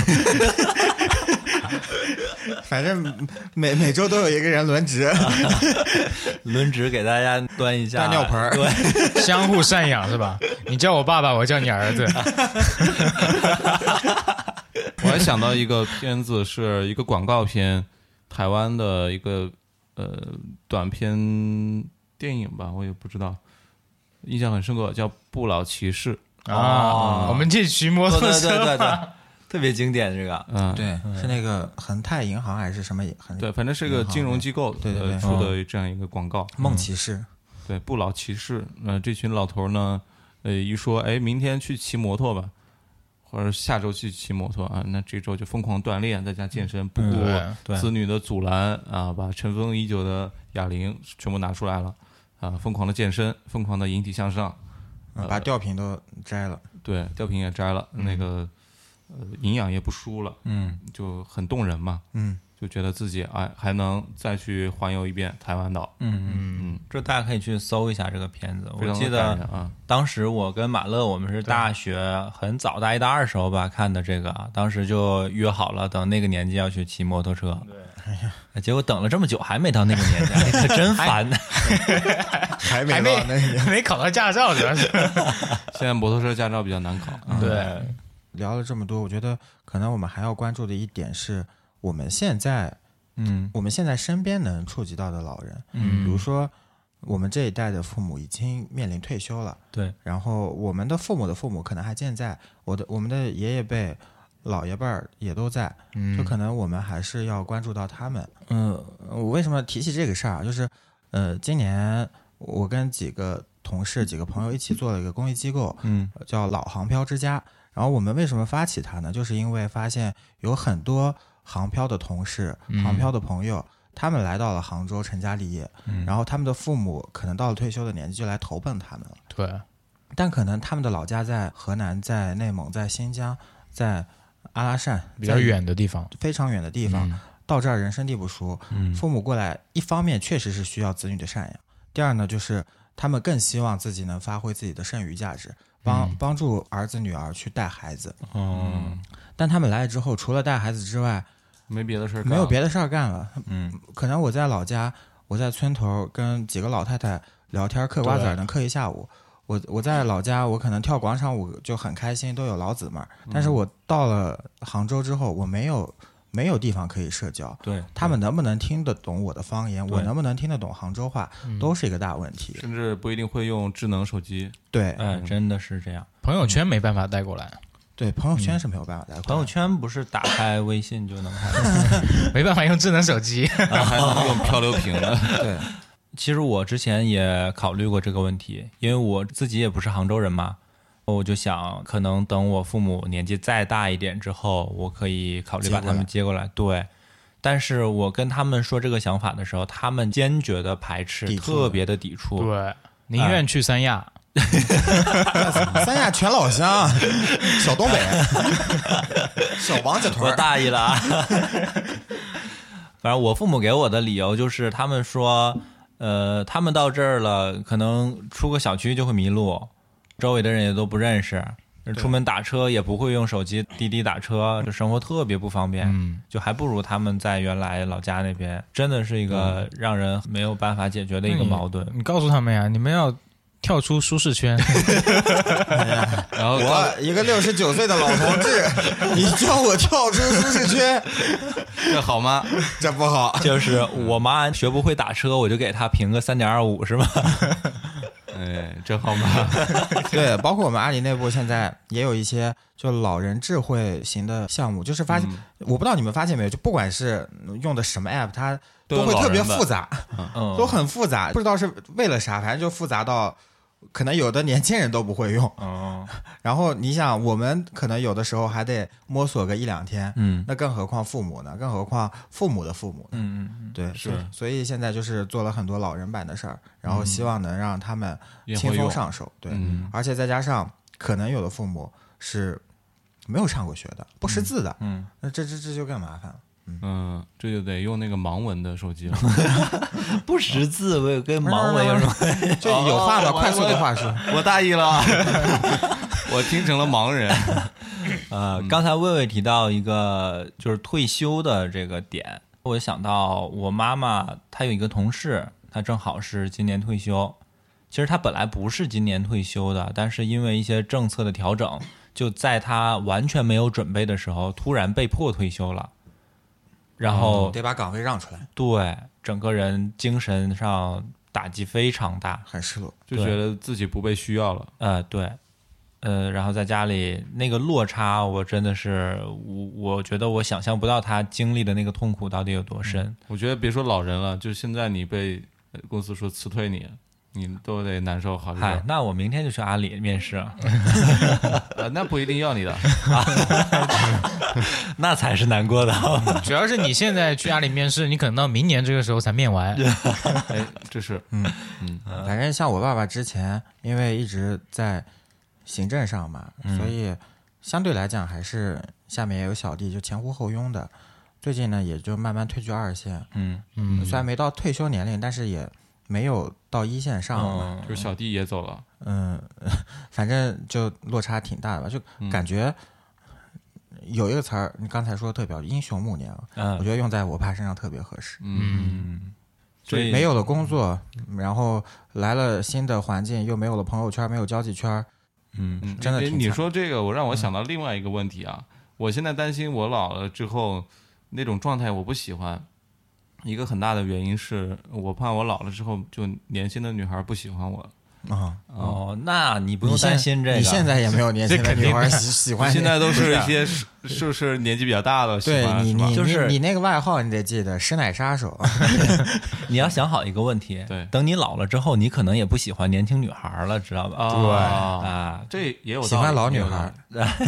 [SPEAKER 5] 反正每每周都有一个人轮值。
[SPEAKER 2] 啊轮值给大家端一下
[SPEAKER 5] 端尿盆儿
[SPEAKER 2] 对，
[SPEAKER 3] 相互赡养是吧？你叫我爸爸，我叫你儿 子。
[SPEAKER 4] 我还想到一个片子，是一个广告片，台湾的一个呃短片电影吧，我也不知道，印象很深刻，叫《不老骑士》。
[SPEAKER 2] 哦
[SPEAKER 3] 啊， 我们这期摩
[SPEAKER 2] 对
[SPEAKER 3] 托
[SPEAKER 2] 对
[SPEAKER 3] 车
[SPEAKER 2] 对对对，特别经典这个，
[SPEAKER 4] 嗯，
[SPEAKER 5] 对，是那个恒泰银行还是什么银？恒
[SPEAKER 4] 对，反正是一个金融机构
[SPEAKER 5] 对对对嗯
[SPEAKER 4] 呃出的这样一个广告。
[SPEAKER 2] 嗯
[SPEAKER 5] 梦骑士。
[SPEAKER 4] 对，不老骑士，呃，这群老头儿呢，呃，一说，哎，明天去骑摩托吧，或者下周去骑摩托啊，那这周就疯狂锻炼，在家健身，
[SPEAKER 5] 嗯
[SPEAKER 4] 不顾
[SPEAKER 3] 对
[SPEAKER 2] 对
[SPEAKER 4] 子女的阻拦啊，把尘封已久的哑铃全部拿出来了啊，疯狂的健身，疯狂的引体向上，
[SPEAKER 5] 嗯把吊瓶都摘了，
[SPEAKER 4] 对，吊瓶也摘
[SPEAKER 5] 嗯
[SPEAKER 4] 了，那个呃，营养也不输了，
[SPEAKER 2] 嗯
[SPEAKER 4] 就很动人嘛，
[SPEAKER 5] 嗯，
[SPEAKER 4] 就觉得自己哎还能再去环游一遍台湾岛，
[SPEAKER 2] 嗯嗯，
[SPEAKER 4] 嗯，
[SPEAKER 2] 这大家可以去搜一下这个片子，
[SPEAKER 4] 非
[SPEAKER 2] 我
[SPEAKER 4] 常
[SPEAKER 2] 记
[SPEAKER 4] 的感
[SPEAKER 2] 得
[SPEAKER 4] 人啊，
[SPEAKER 2] 当时我跟马乐，我们是大学很早，大一大二时候吧看的这个，当时就约好了，等那个年纪要去骑摩托车。对，结果等了这么久还没到那个年纪， 哎可真烦。
[SPEAKER 5] 还
[SPEAKER 3] 还
[SPEAKER 5] 到
[SPEAKER 3] 没
[SPEAKER 5] 那里。
[SPEAKER 3] 没考到驾照，主要是。
[SPEAKER 4] 现在摩托车驾照比较难考，
[SPEAKER 2] 嗯
[SPEAKER 4] 啊
[SPEAKER 3] 对，
[SPEAKER 5] 聊了这么多，我觉得可能我们还要关注的一点是，我们现在
[SPEAKER 2] 嗯
[SPEAKER 5] 我们现在身边能触及到的老人，比
[SPEAKER 2] 嗯，
[SPEAKER 5] 如说我们这一代的父母已经面临退休了，
[SPEAKER 2] 对，
[SPEAKER 5] 然后我们的父母的父母可能还健在，我的我们的爷爷辈、姥爷辈儿也都在，就可能我们还是要关注到他们。嗯，我为什么提起这个事儿啊？就是，呃，今年我跟几个同事、几个朋友一起做了一个公益机构，
[SPEAKER 2] 嗯
[SPEAKER 5] 呃叫“老航漂之家”。然后我们为什么发起它呢？就是因为发现有很多航漂的同事、
[SPEAKER 3] 嗯
[SPEAKER 5] 航漂的朋友，他们来到了杭州成家立业，
[SPEAKER 2] 嗯
[SPEAKER 5] 然后他们的父母可能到了退休的年纪就来投奔他们了。
[SPEAKER 3] 对，
[SPEAKER 5] 但可能他们的老家在河南、在内蒙、在新疆、在阿拉善
[SPEAKER 3] 比较，远的地方
[SPEAKER 5] 在，非常远的地方，
[SPEAKER 3] 嗯
[SPEAKER 5] 到这儿人生地不熟。
[SPEAKER 2] 嗯
[SPEAKER 5] 父母过来，一方面确实是需要子女的赡养，第二呢，就是他们更希望自己能发挥自己的剩余价值，帮、帮助儿子女儿去带孩子。
[SPEAKER 2] 哦
[SPEAKER 5] 但他们来了之后，除了带孩子之外，
[SPEAKER 4] 没别的事儿干，
[SPEAKER 5] 没有别的事儿干了。
[SPEAKER 2] 嗯
[SPEAKER 5] 可能我在老家，我在村头跟几个老太太聊天嗑瓜子儿，能嗑一下午。我我在老家，我可能跳广场舞就很开心，都有老姊妹儿。但是我到了杭州之后，我没有没有地方可以社交。
[SPEAKER 2] 对，
[SPEAKER 5] 他们能不能听得懂我的方言，
[SPEAKER 2] 对嗯
[SPEAKER 5] 我能不能听得懂杭州话，都是一个大问题。
[SPEAKER 4] 甚至不一定会用智能手机。
[SPEAKER 5] 对
[SPEAKER 4] 嗯
[SPEAKER 2] 哎，真的是这样。
[SPEAKER 3] 朋友圈没办法带过来，
[SPEAKER 5] 对，朋友圈是没有办法带过来的。
[SPEAKER 2] 朋友圈不是打开微信就能看到。
[SPEAKER 3] 没办法用智能手机。
[SPEAKER 4] 啊还能用漂流瓶的，
[SPEAKER 5] 对，
[SPEAKER 2] 其实我之前也考虑过这个问题，因为我自己也不是杭州人嘛，我就想，可能等我父母年纪再大一点之后，我可以考虑把他们接过来。对，但是我跟他们说这个想法的时候，他们坚决的排斥，
[SPEAKER 5] 抵触
[SPEAKER 2] 特别的抵触。
[SPEAKER 3] 对，宁愿去三亚。
[SPEAKER 5] 三亚全老 乡，小东北，小王家屯
[SPEAKER 2] 我
[SPEAKER 5] 儿。
[SPEAKER 2] 大意了啊。反正我父母给我的理由就是，他们说，呃，他们到这儿了，可能出个小区就会迷路，周围的人也都不认识，出门打车也不会用手机滴滴打车，就生活特别不方便。
[SPEAKER 3] 嗯，
[SPEAKER 2] 就还不如他们在原来老家那边，真的是一个让人没有办法解决的一个矛盾。
[SPEAKER 3] 你告诉他们呀，你们要跳出舒适圈，
[SPEAKER 4] 然后
[SPEAKER 5] 我一个六十九岁的老 同志，你叫我跳出舒适圈，
[SPEAKER 4] 这好吗？
[SPEAKER 5] 这不好。
[SPEAKER 2] 就是我妈学不会打车，我就给她评个三点二五，是吗？
[SPEAKER 4] 哎，这好 吗？
[SPEAKER 5] 对，包括我们阿里内部现在也有一些就老人智慧型的项目，就是发现、
[SPEAKER 2] 嗯
[SPEAKER 5] 我不知道你们发现没有，就不管是用的什么 app，它
[SPEAKER 2] 都有
[SPEAKER 5] 都会
[SPEAKER 2] 老
[SPEAKER 5] 特
[SPEAKER 2] 人
[SPEAKER 5] 别
[SPEAKER 2] 版
[SPEAKER 5] 复杂，
[SPEAKER 2] 嗯，
[SPEAKER 5] 都很复杂，不知道是为了啥，反正就复杂到可能有的年轻人都不会用。
[SPEAKER 2] 嗯
[SPEAKER 5] 然后你想，我们可能有的时候还得摸索个一两天，
[SPEAKER 2] 嗯
[SPEAKER 5] 那更何况父母呢？更何况父母的父母呢？
[SPEAKER 2] 嗯嗯，
[SPEAKER 5] 对，
[SPEAKER 4] 是
[SPEAKER 5] 所以所以现在就是做了很多老人版的事儿，
[SPEAKER 2] 嗯
[SPEAKER 5] 然后希望能让他们
[SPEAKER 4] 也
[SPEAKER 5] 轻
[SPEAKER 4] 会
[SPEAKER 5] 松
[SPEAKER 4] 用，
[SPEAKER 5] 上手。对，
[SPEAKER 4] 嗯
[SPEAKER 5] 而且再加上可能有的父母是没有上过学的，不识字的，
[SPEAKER 2] 嗯，
[SPEAKER 5] 那这这这就更麻烦了。
[SPEAKER 4] 嗯，这就得用那个盲文的手机了。
[SPEAKER 2] 不识字，我跟盲文有什么？
[SPEAKER 5] 就有话吧，
[SPEAKER 4] 哦
[SPEAKER 5] 快速的话说。
[SPEAKER 4] 我大意了，我听成了盲人。
[SPEAKER 2] 呃，
[SPEAKER 4] 嗯
[SPEAKER 2] 刚才魏魏提到一个就是退休的这个点，我想到我妈妈她有一个同事，她正好是今年退休。其实她本来不是今年退休的，但是因为一些政策的调整，就在她完全没有准备的时候，突然被迫退休了。然
[SPEAKER 4] 哦
[SPEAKER 2] 后、
[SPEAKER 5] 得把岗位让出来，
[SPEAKER 2] 对整个人精神上打击非常大。
[SPEAKER 5] 很失落。
[SPEAKER 4] 就觉得自己不被需要了。
[SPEAKER 2] 呃，对，呃，然后在家里那个落差，我真的是我我觉得我想象不到他经历的那个痛苦到底有
[SPEAKER 4] 嗯
[SPEAKER 2] 多深。
[SPEAKER 4] 我觉得别说老人了，就现在你被呃公司说辞退你，你都得难受好几
[SPEAKER 2] 嗨、
[SPEAKER 4] 天。
[SPEAKER 2] 那我明天就去阿里面试，
[SPEAKER 4] 呃，那不一定要你的，
[SPEAKER 2] 那才是难过的。
[SPEAKER 3] 主要是你现在去阿里面试，你可能到明年这个时候才面完。
[SPEAKER 4] 哎，这嗯是
[SPEAKER 5] 反正像我爸爸之前，因为一直在行政上嘛，所以相对来讲还是下面也有小弟，就前呼后拥的。最近呢，也就慢慢退居二线，
[SPEAKER 2] 嗯
[SPEAKER 3] 嗯，
[SPEAKER 5] 虽然没到退休年龄，但是也没有到一线上嘛。
[SPEAKER 2] 嗯
[SPEAKER 4] 就是小弟也走了，
[SPEAKER 5] 嗯， 反正就落差挺大的吧，就
[SPEAKER 4] 嗯
[SPEAKER 5] 感觉有一个词儿，你刚才说的特别好，英雄暮年，啊我
[SPEAKER 2] 嗯
[SPEAKER 5] 觉得用在我爸身上特别合适。
[SPEAKER 4] 嗯，
[SPEAKER 2] 嗯，所以
[SPEAKER 5] 没有了工作，然后来了新的环境，又没有了朋友圈，没有交际圈，
[SPEAKER 2] 嗯
[SPEAKER 4] 嗯
[SPEAKER 5] 真的
[SPEAKER 4] 你
[SPEAKER 5] 挺
[SPEAKER 4] 你
[SPEAKER 5] 惨
[SPEAKER 4] 说这个，我让我想到另外一个问题啊，我现在担心我老了之后那种状态我不喜欢，一个很大的原因是我怕我老了之后就年轻的女孩不喜欢我。
[SPEAKER 5] 啊、
[SPEAKER 2] 哦，那你不用
[SPEAKER 5] 你现
[SPEAKER 2] 担心这个。
[SPEAKER 5] 你现在也没有年轻
[SPEAKER 3] 这
[SPEAKER 5] 的
[SPEAKER 3] 肯
[SPEAKER 5] 女
[SPEAKER 3] 定
[SPEAKER 5] 孩儿喜喜欢你。
[SPEAKER 4] 现在都是一些是是不是年纪比较大的喜
[SPEAKER 5] 对
[SPEAKER 4] 欢
[SPEAKER 5] 你
[SPEAKER 4] 是吧
[SPEAKER 5] 你
[SPEAKER 2] 就是
[SPEAKER 5] 你你那个外号你得记得，师奶杀手。
[SPEAKER 2] 你要想好一个问题，
[SPEAKER 4] 对
[SPEAKER 2] 等你老了之后，你可能也不喜欢年轻女孩了，知道吧？
[SPEAKER 4] 啊
[SPEAKER 2] 啊，
[SPEAKER 4] 这也有
[SPEAKER 5] 喜欢
[SPEAKER 4] 道理
[SPEAKER 5] 老
[SPEAKER 4] 也
[SPEAKER 5] 女
[SPEAKER 4] 有道
[SPEAKER 5] 孩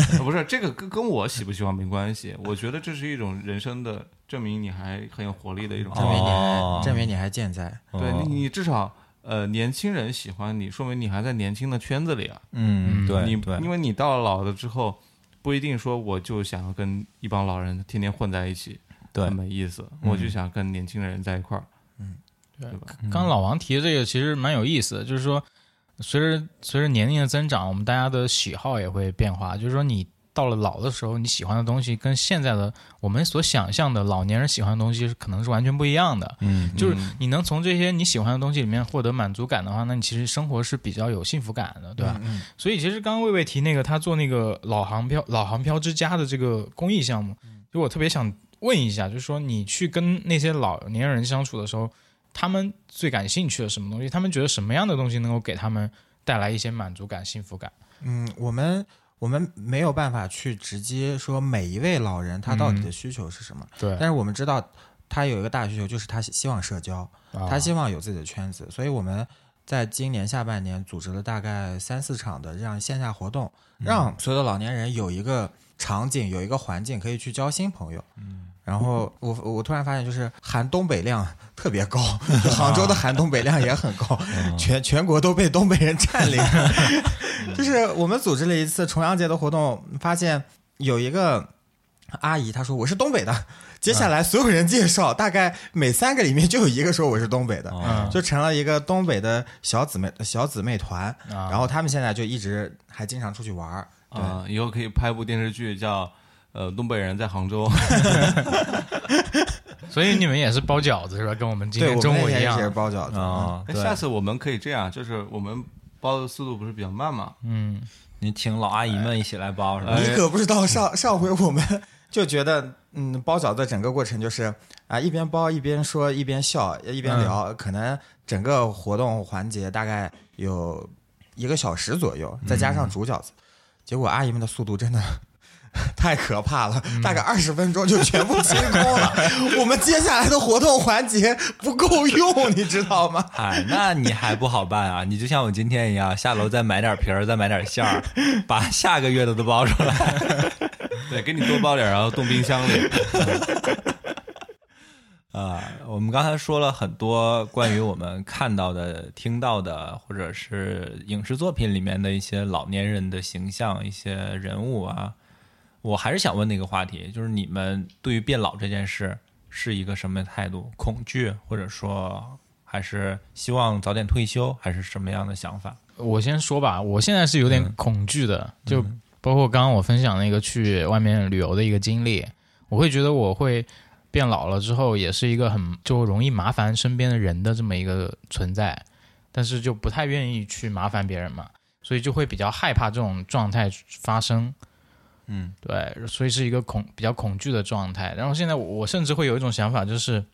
[SPEAKER 4] 理 不是这个跟跟我喜不喜欢没关系，我觉得这是一种人生的证明，你还很有活力的一种
[SPEAKER 5] 证明
[SPEAKER 4] 方
[SPEAKER 5] 你
[SPEAKER 4] 法。
[SPEAKER 5] 还、
[SPEAKER 2] 哦
[SPEAKER 5] 证明你还健在。
[SPEAKER 4] 对你，你至少呃年轻人喜欢你，说明你还在年轻的圈子里啊。
[SPEAKER 2] 嗯，对，
[SPEAKER 4] 你
[SPEAKER 2] 对
[SPEAKER 4] 因为你到老了之后，不一定说我就想要跟一帮老人天天混在一起，
[SPEAKER 2] 对
[SPEAKER 4] 很没意思。我就想跟年轻人在一块儿。嗯，对吧？
[SPEAKER 3] 刚刚老王提的这个其实蛮有意思的，就是说，随着随着年龄的增长，我们大家的喜好也会变化。就是说，你到了老的时候，你喜欢的东西跟现在的我们所想象的老年人喜欢的东西是可能是完全不一样的。
[SPEAKER 2] 嗯
[SPEAKER 3] 就是你能从这些你喜欢的东西里面获得满足感的话，那你其实生活是比较有幸福感的，对吧？
[SPEAKER 5] 嗯
[SPEAKER 3] 所以其实刚刚魏魏提那个他做那个老航漂老航漂之家的这个公益项目，
[SPEAKER 5] 嗯
[SPEAKER 3] 就我特别想问一下，就是说你去跟那些老年人相处的时候，他们最感兴趣的什么东西？他们觉得什么样的东西能够给他们带来一些满足感、幸福感？
[SPEAKER 5] 嗯，我们我们没有办法去直接说每一位老人他到底的需求是什么，
[SPEAKER 3] 对
[SPEAKER 5] 但是我们知道他有一个大需求，就是他希望社交，
[SPEAKER 3] 啊
[SPEAKER 5] 他希望有自己的圈子，所以我们在今年下半年组织了大概三四场的这样线下活动，让所有的老年人有一个场景，有一个环境可以去交新朋友。然后我我突然发现，就是含东北量特别高， 就杭州的含东北量也很 高，
[SPEAKER 3] 嗯
[SPEAKER 5] 全全国都被东北人占领。就是我们组织了一次重阳节的活动，发现有一个阿姨她说我是东北
[SPEAKER 3] 嗯
[SPEAKER 5] 的，接下来所有人介绍，大概每三个里面就有一个说我是东北的，
[SPEAKER 3] 嗯
[SPEAKER 2] 哦
[SPEAKER 5] 就成了一个东北的小姊妹小姊妹团。
[SPEAKER 3] 啊
[SPEAKER 5] 然后他们现在就一直还经常出去玩儿，
[SPEAKER 4] 啊、以后可以拍部电视剧叫呃东北人在杭州，哎
[SPEAKER 3] 所以你们也是包饺子是吧？跟我们今
[SPEAKER 5] 对，
[SPEAKER 3] 天
[SPEAKER 5] 我
[SPEAKER 3] 中
[SPEAKER 5] 们
[SPEAKER 3] 午
[SPEAKER 5] 那
[SPEAKER 3] 一
[SPEAKER 5] 天
[SPEAKER 3] 样嗯
[SPEAKER 5] 也。是包饺子。
[SPEAKER 2] 啊，
[SPEAKER 4] 哎
[SPEAKER 2] 对
[SPEAKER 4] 下次我们可以这样，就是我们包的速度不是比较慢嘛，
[SPEAKER 3] 嗯，
[SPEAKER 2] 你请老阿姨们一起来包是吧？
[SPEAKER 4] 哎
[SPEAKER 3] 哎
[SPEAKER 5] 你可不知道上上回我们就觉得，嗯，包饺子整个过程就是啊，一边包一边说一边笑一边聊，
[SPEAKER 3] 嗯
[SPEAKER 5] 可能整个活动环节大概有一个小时左
[SPEAKER 3] 嗯
[SPEAKER 5] 右，再加上煮饺子，结果阿姨们的速度真的。 太可怕了，
[SPEAKER 3] 嗯
[SPEAKER 5] 大概二十分钟就全部清空 了。我们接下来的活动环节不够用，你知 道吗？
[SPEAKER 2] 嗨，哎那你还不好办啊！你就像我今天一样，下楼再买点皮儿，再买点馅儿，把下个月的都包出来。
[SPEAKER 4] 对，给你多包点，然后冻冰箱里。
[SPEAKER 2] 啊、我们刚才说了很多关于我们看到的、听到的，或者是影视作品里面的一些老年人的形象、一些人物啊。我还是想问那个话题，就是你们对于变老这件事是一个什么态度？恐惧，或者说还是希望早点退休，还是什么样的想法？
[SPEAKER 3] 我先说吧，我现在是有点恐惧的，就包括刚刚我分享那个去外面旅游的一个经历，我会觉得我会变老了之后，也是一个很就容易麻烦身边的人的这么一个存在，但是就不太愿意去麻烦别人嘛，所以就会比较害怕这种状态发生。
[SPEAKER 2] 嗯，
[SPEAKER 3] 对，所以是一个恐比较恐惧的状态。然后现在我我甚至会有一种想法，就是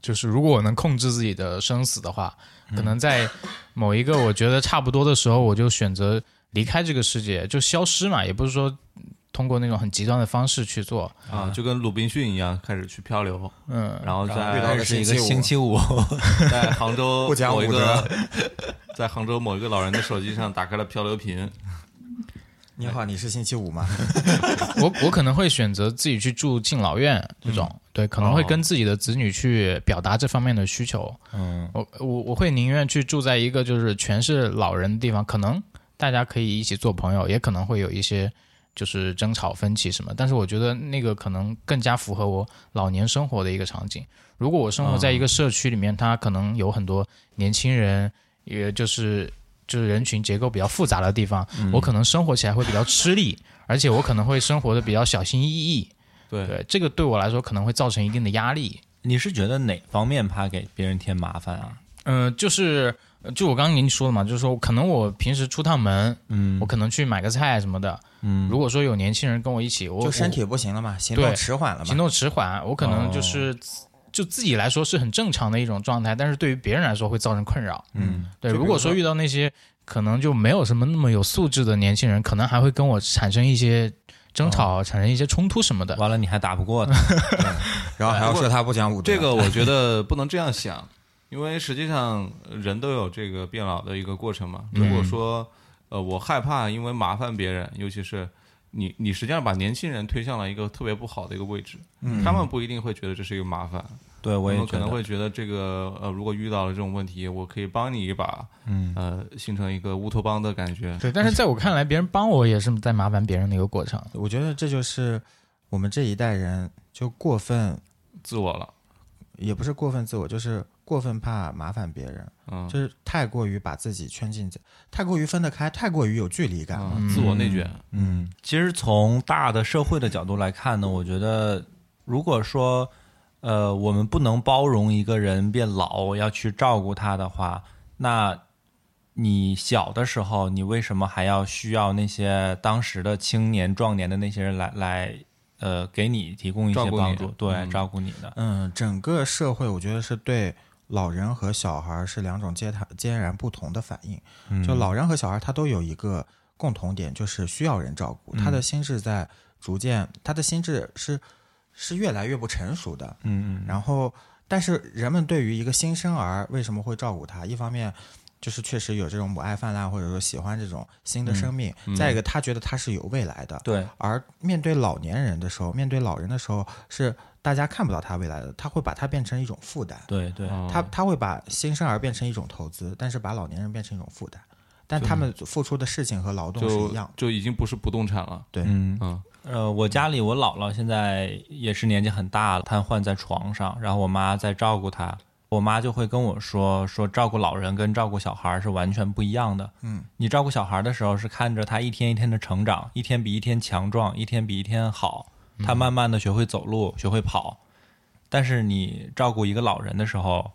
[SPEAKER 3] 就是如果我能控制自己的生死的话，可能在某一个我觉得差不多的时候，我就选择离开这个世界，就消失嘛，也不是说通过那种很极端的方式去做。
[SPEAKER 4] 啊，就跟鲁滨逊一样，开始去漂流，
[SPEAKER 3] 嗯，
[SPEAKER 4] 然后
[SPEAKER 5] 然后遇到
[SPEAKER 4] 在
[SPEAKER 5] 了
[SPEAKER 2] 是一
[SPEAKER 5] 星
[SPEAKER 2] 个
[SPEAKER 5] 期五
[SPEAKER 2] 星期五，
[SPEAKER 4] 在杭
[SPEAKER 3] 呃
[SPEAKER 4] 州
[SPEAKER 5] 不讲
[SPEAKER 4] 某一
[SPEAKER 5] 武
[SPEAKER 4] 个，在杭州某一个老人的手机上打开了漂流瓶，
[SPEAKER 5] 你好，你是星期五吗？
[SPEAKER 3] 我我可能会选择自己去住敬老院这种，对，可能会跟自己的子女去表达这方面的需求。
[SPEAKER 2] 嗯，
[SPEAKER 3] 我我我会宁愿去住在一个就是全是老人的地方，可能大家可以一起做朋友，也可能会有一些就是争吵分歧什么，但是我觉得那个可能更加符合我老年生活的一个场景。如果我生活在一个社区里面，它可能有很多年轻人，也就是就是人群结构比较复杂的地方，我可能生活起来会比较吃力，而且我可能会生活的比较小心翼翼。
[SPEAKER 4] 对
[SPEAKER 3] 对，这个对我来说可能会造成一定的压力。
[SPEAKER 2] 你是觉得哪方面怕给别人添麻烦啊？
[SPEAKER 3] 嗯、就是呃就我刚刚跟你说了嘛，就是说可能我平时出趟门，
[SPEAKER 2] 嗯
[SPEAKER 3] 我可能去买个菜什么的。
[SPEAKER 2] 嗯，
[SPEAKER 3] 如果说有年轻人跟我一起，我
[SPEAKER 5] 就身体
[SPEAKER 3] 我
[SPEAKER 5] 不行了嘛，行动
[SPEAKER 3] 对
[SPEAKER 5] 迟缓了嘛
[SPEAKER 3] 行。动迟缓，我可能就是、就自己来说是很正常的一种状态，但是对于别人来说会造成困扰。
[SPEAKER 2] 嗯，
[SPEAKER 3] 对，
[SPEAKER 4] 就比如
[SPEAKER 3] 如果说
[SPEAKER 4] 说
[SPEAKER 3] 遇到那些可能就没有什么那么有素质的年轻人，可能还会跟我产生一些争吵，产生一些冲突什么的。
[SPEAKER 2] 嗯完了你还打不过他，
[SPEAKER 5] 然后还
[SPEAKER 3] 哎
[SPEAKER 5] 要说他不讲武 德，
[SPEAKER 4] 这个我觉得不能这样想，因为实际上人都有这个变老的一个过程嘛。如
[SPEAKER 2] 嗯
[SPEAKER 4] 果说呃我害怕因为麻烦别人，尤其是你你实际上把年轻人推向了一个特别不好的一个位置，他们不一定会觉得这是一个麻烦，
[SPEAKER 2] 对
[SPEAKER 4] 我
[SPEAKER 2] 嗯我也
[SPEAKER 4] 们
[SPEAKER 2] 觉
[SPEAKER 4] 可
[SPEAKER 2] 得
[SPEAKER 4] 能会觉得这个呃如果遇到了这种问题，我可以帮你一把，
[SPEAKER 2] 嗯
[SPEAKER 4] 呃形成一个乌托邦的感觉。
[SPEAKER 3] 对，但是在我看来，别人帮我也是在麻烦别人的一个过程。
[SPEAKER 5] 我觉得这就是我们这一代人就过分，
[SPEAKER 4] 自我了，
[SPEAKER 5] 也不是过分自我，就是过分怕麻烦别人，
[SPEAKER 4] 嗯，
[SPEAKER 5] 就是太过于把自己圈进去，太过于分得开，太过于有距离感了。
[SPEAKER 4] 嗯自我内卷，
[SPEAKER 2] 嗯，其实从大的社会的角度来看呢，我觉得如果说呃我们不能包容一个人变老，要去照顾他的话，那你小的时候，你为什么还要需要那些当时的青年壮年的那些人来来呃给你提供一
[SPEAKER 4] 照
[SPEAKER 2] 些
[SPEAKER 4] 顾你
[SPEAKER 2] 帮助，对，
[SPEAKER 4] 嗯
[SPEAKER 2] 照顾你的，
[SPEAKER 5] 嗯，整个社会我觉得是对老人和小孩是两种截然截然不同的反应。
[SPEAKER 2] 嗯
[SPEAKER 5] 就老人和小孩，他都有一个共同点，就是需要人照顾。他
[SPEAKER 4] 嗯
[SPEAKER 5] 的心智在逐渐，他的心智是是越来越不成熟的。
[SPEAKER 2] 嗯嗯
[SPEAKER 5] 然后，但是人们对于一个新生儿为什么会照顾他，一方面就是确实有这种母爱泛滥，或者说喜欢这种新的生命；再一个，他觉得他是有未来的。
[SPEAKER 2] 对，
[SPEAKER 5] 而面对老年人的时候，面对老人的时候，是大家看不到他未来的，他会把它变成一种负担。
[SPEAKER 2] 对对，
[SPEAKER 4] 嗯
[SPEAKER 5] 他他会把新生儿变成一种投资，但是把老年人变成一种负担，但他们付出的事情和劳动是一
[SPEAKER 4] 就
[SPEAKER 5] 样的。
[SPEAKER 4] 就已经不是不动产了，
[SPEAKER 5] 对，
[SPEAKER 2] 嗯
[SPEAKER 4] 嗯
[SPEAKER 2] 呃，我家里我姥姥现在也是年纪很大了，瘫痪在床上，然后我妈在照顾她，我妈就会跟我说，说照顾老人跟照顾小孩儿是完全不一样的。
[SPEAKER 5] 嗯，
[SPEAKER 2] 你照顾小孩儿的时候是看着他一天一天的成长，一天比一天强壮，一天比一天好，他慢慢的学会走路，学会跑。但是你照顾一个老人的时候，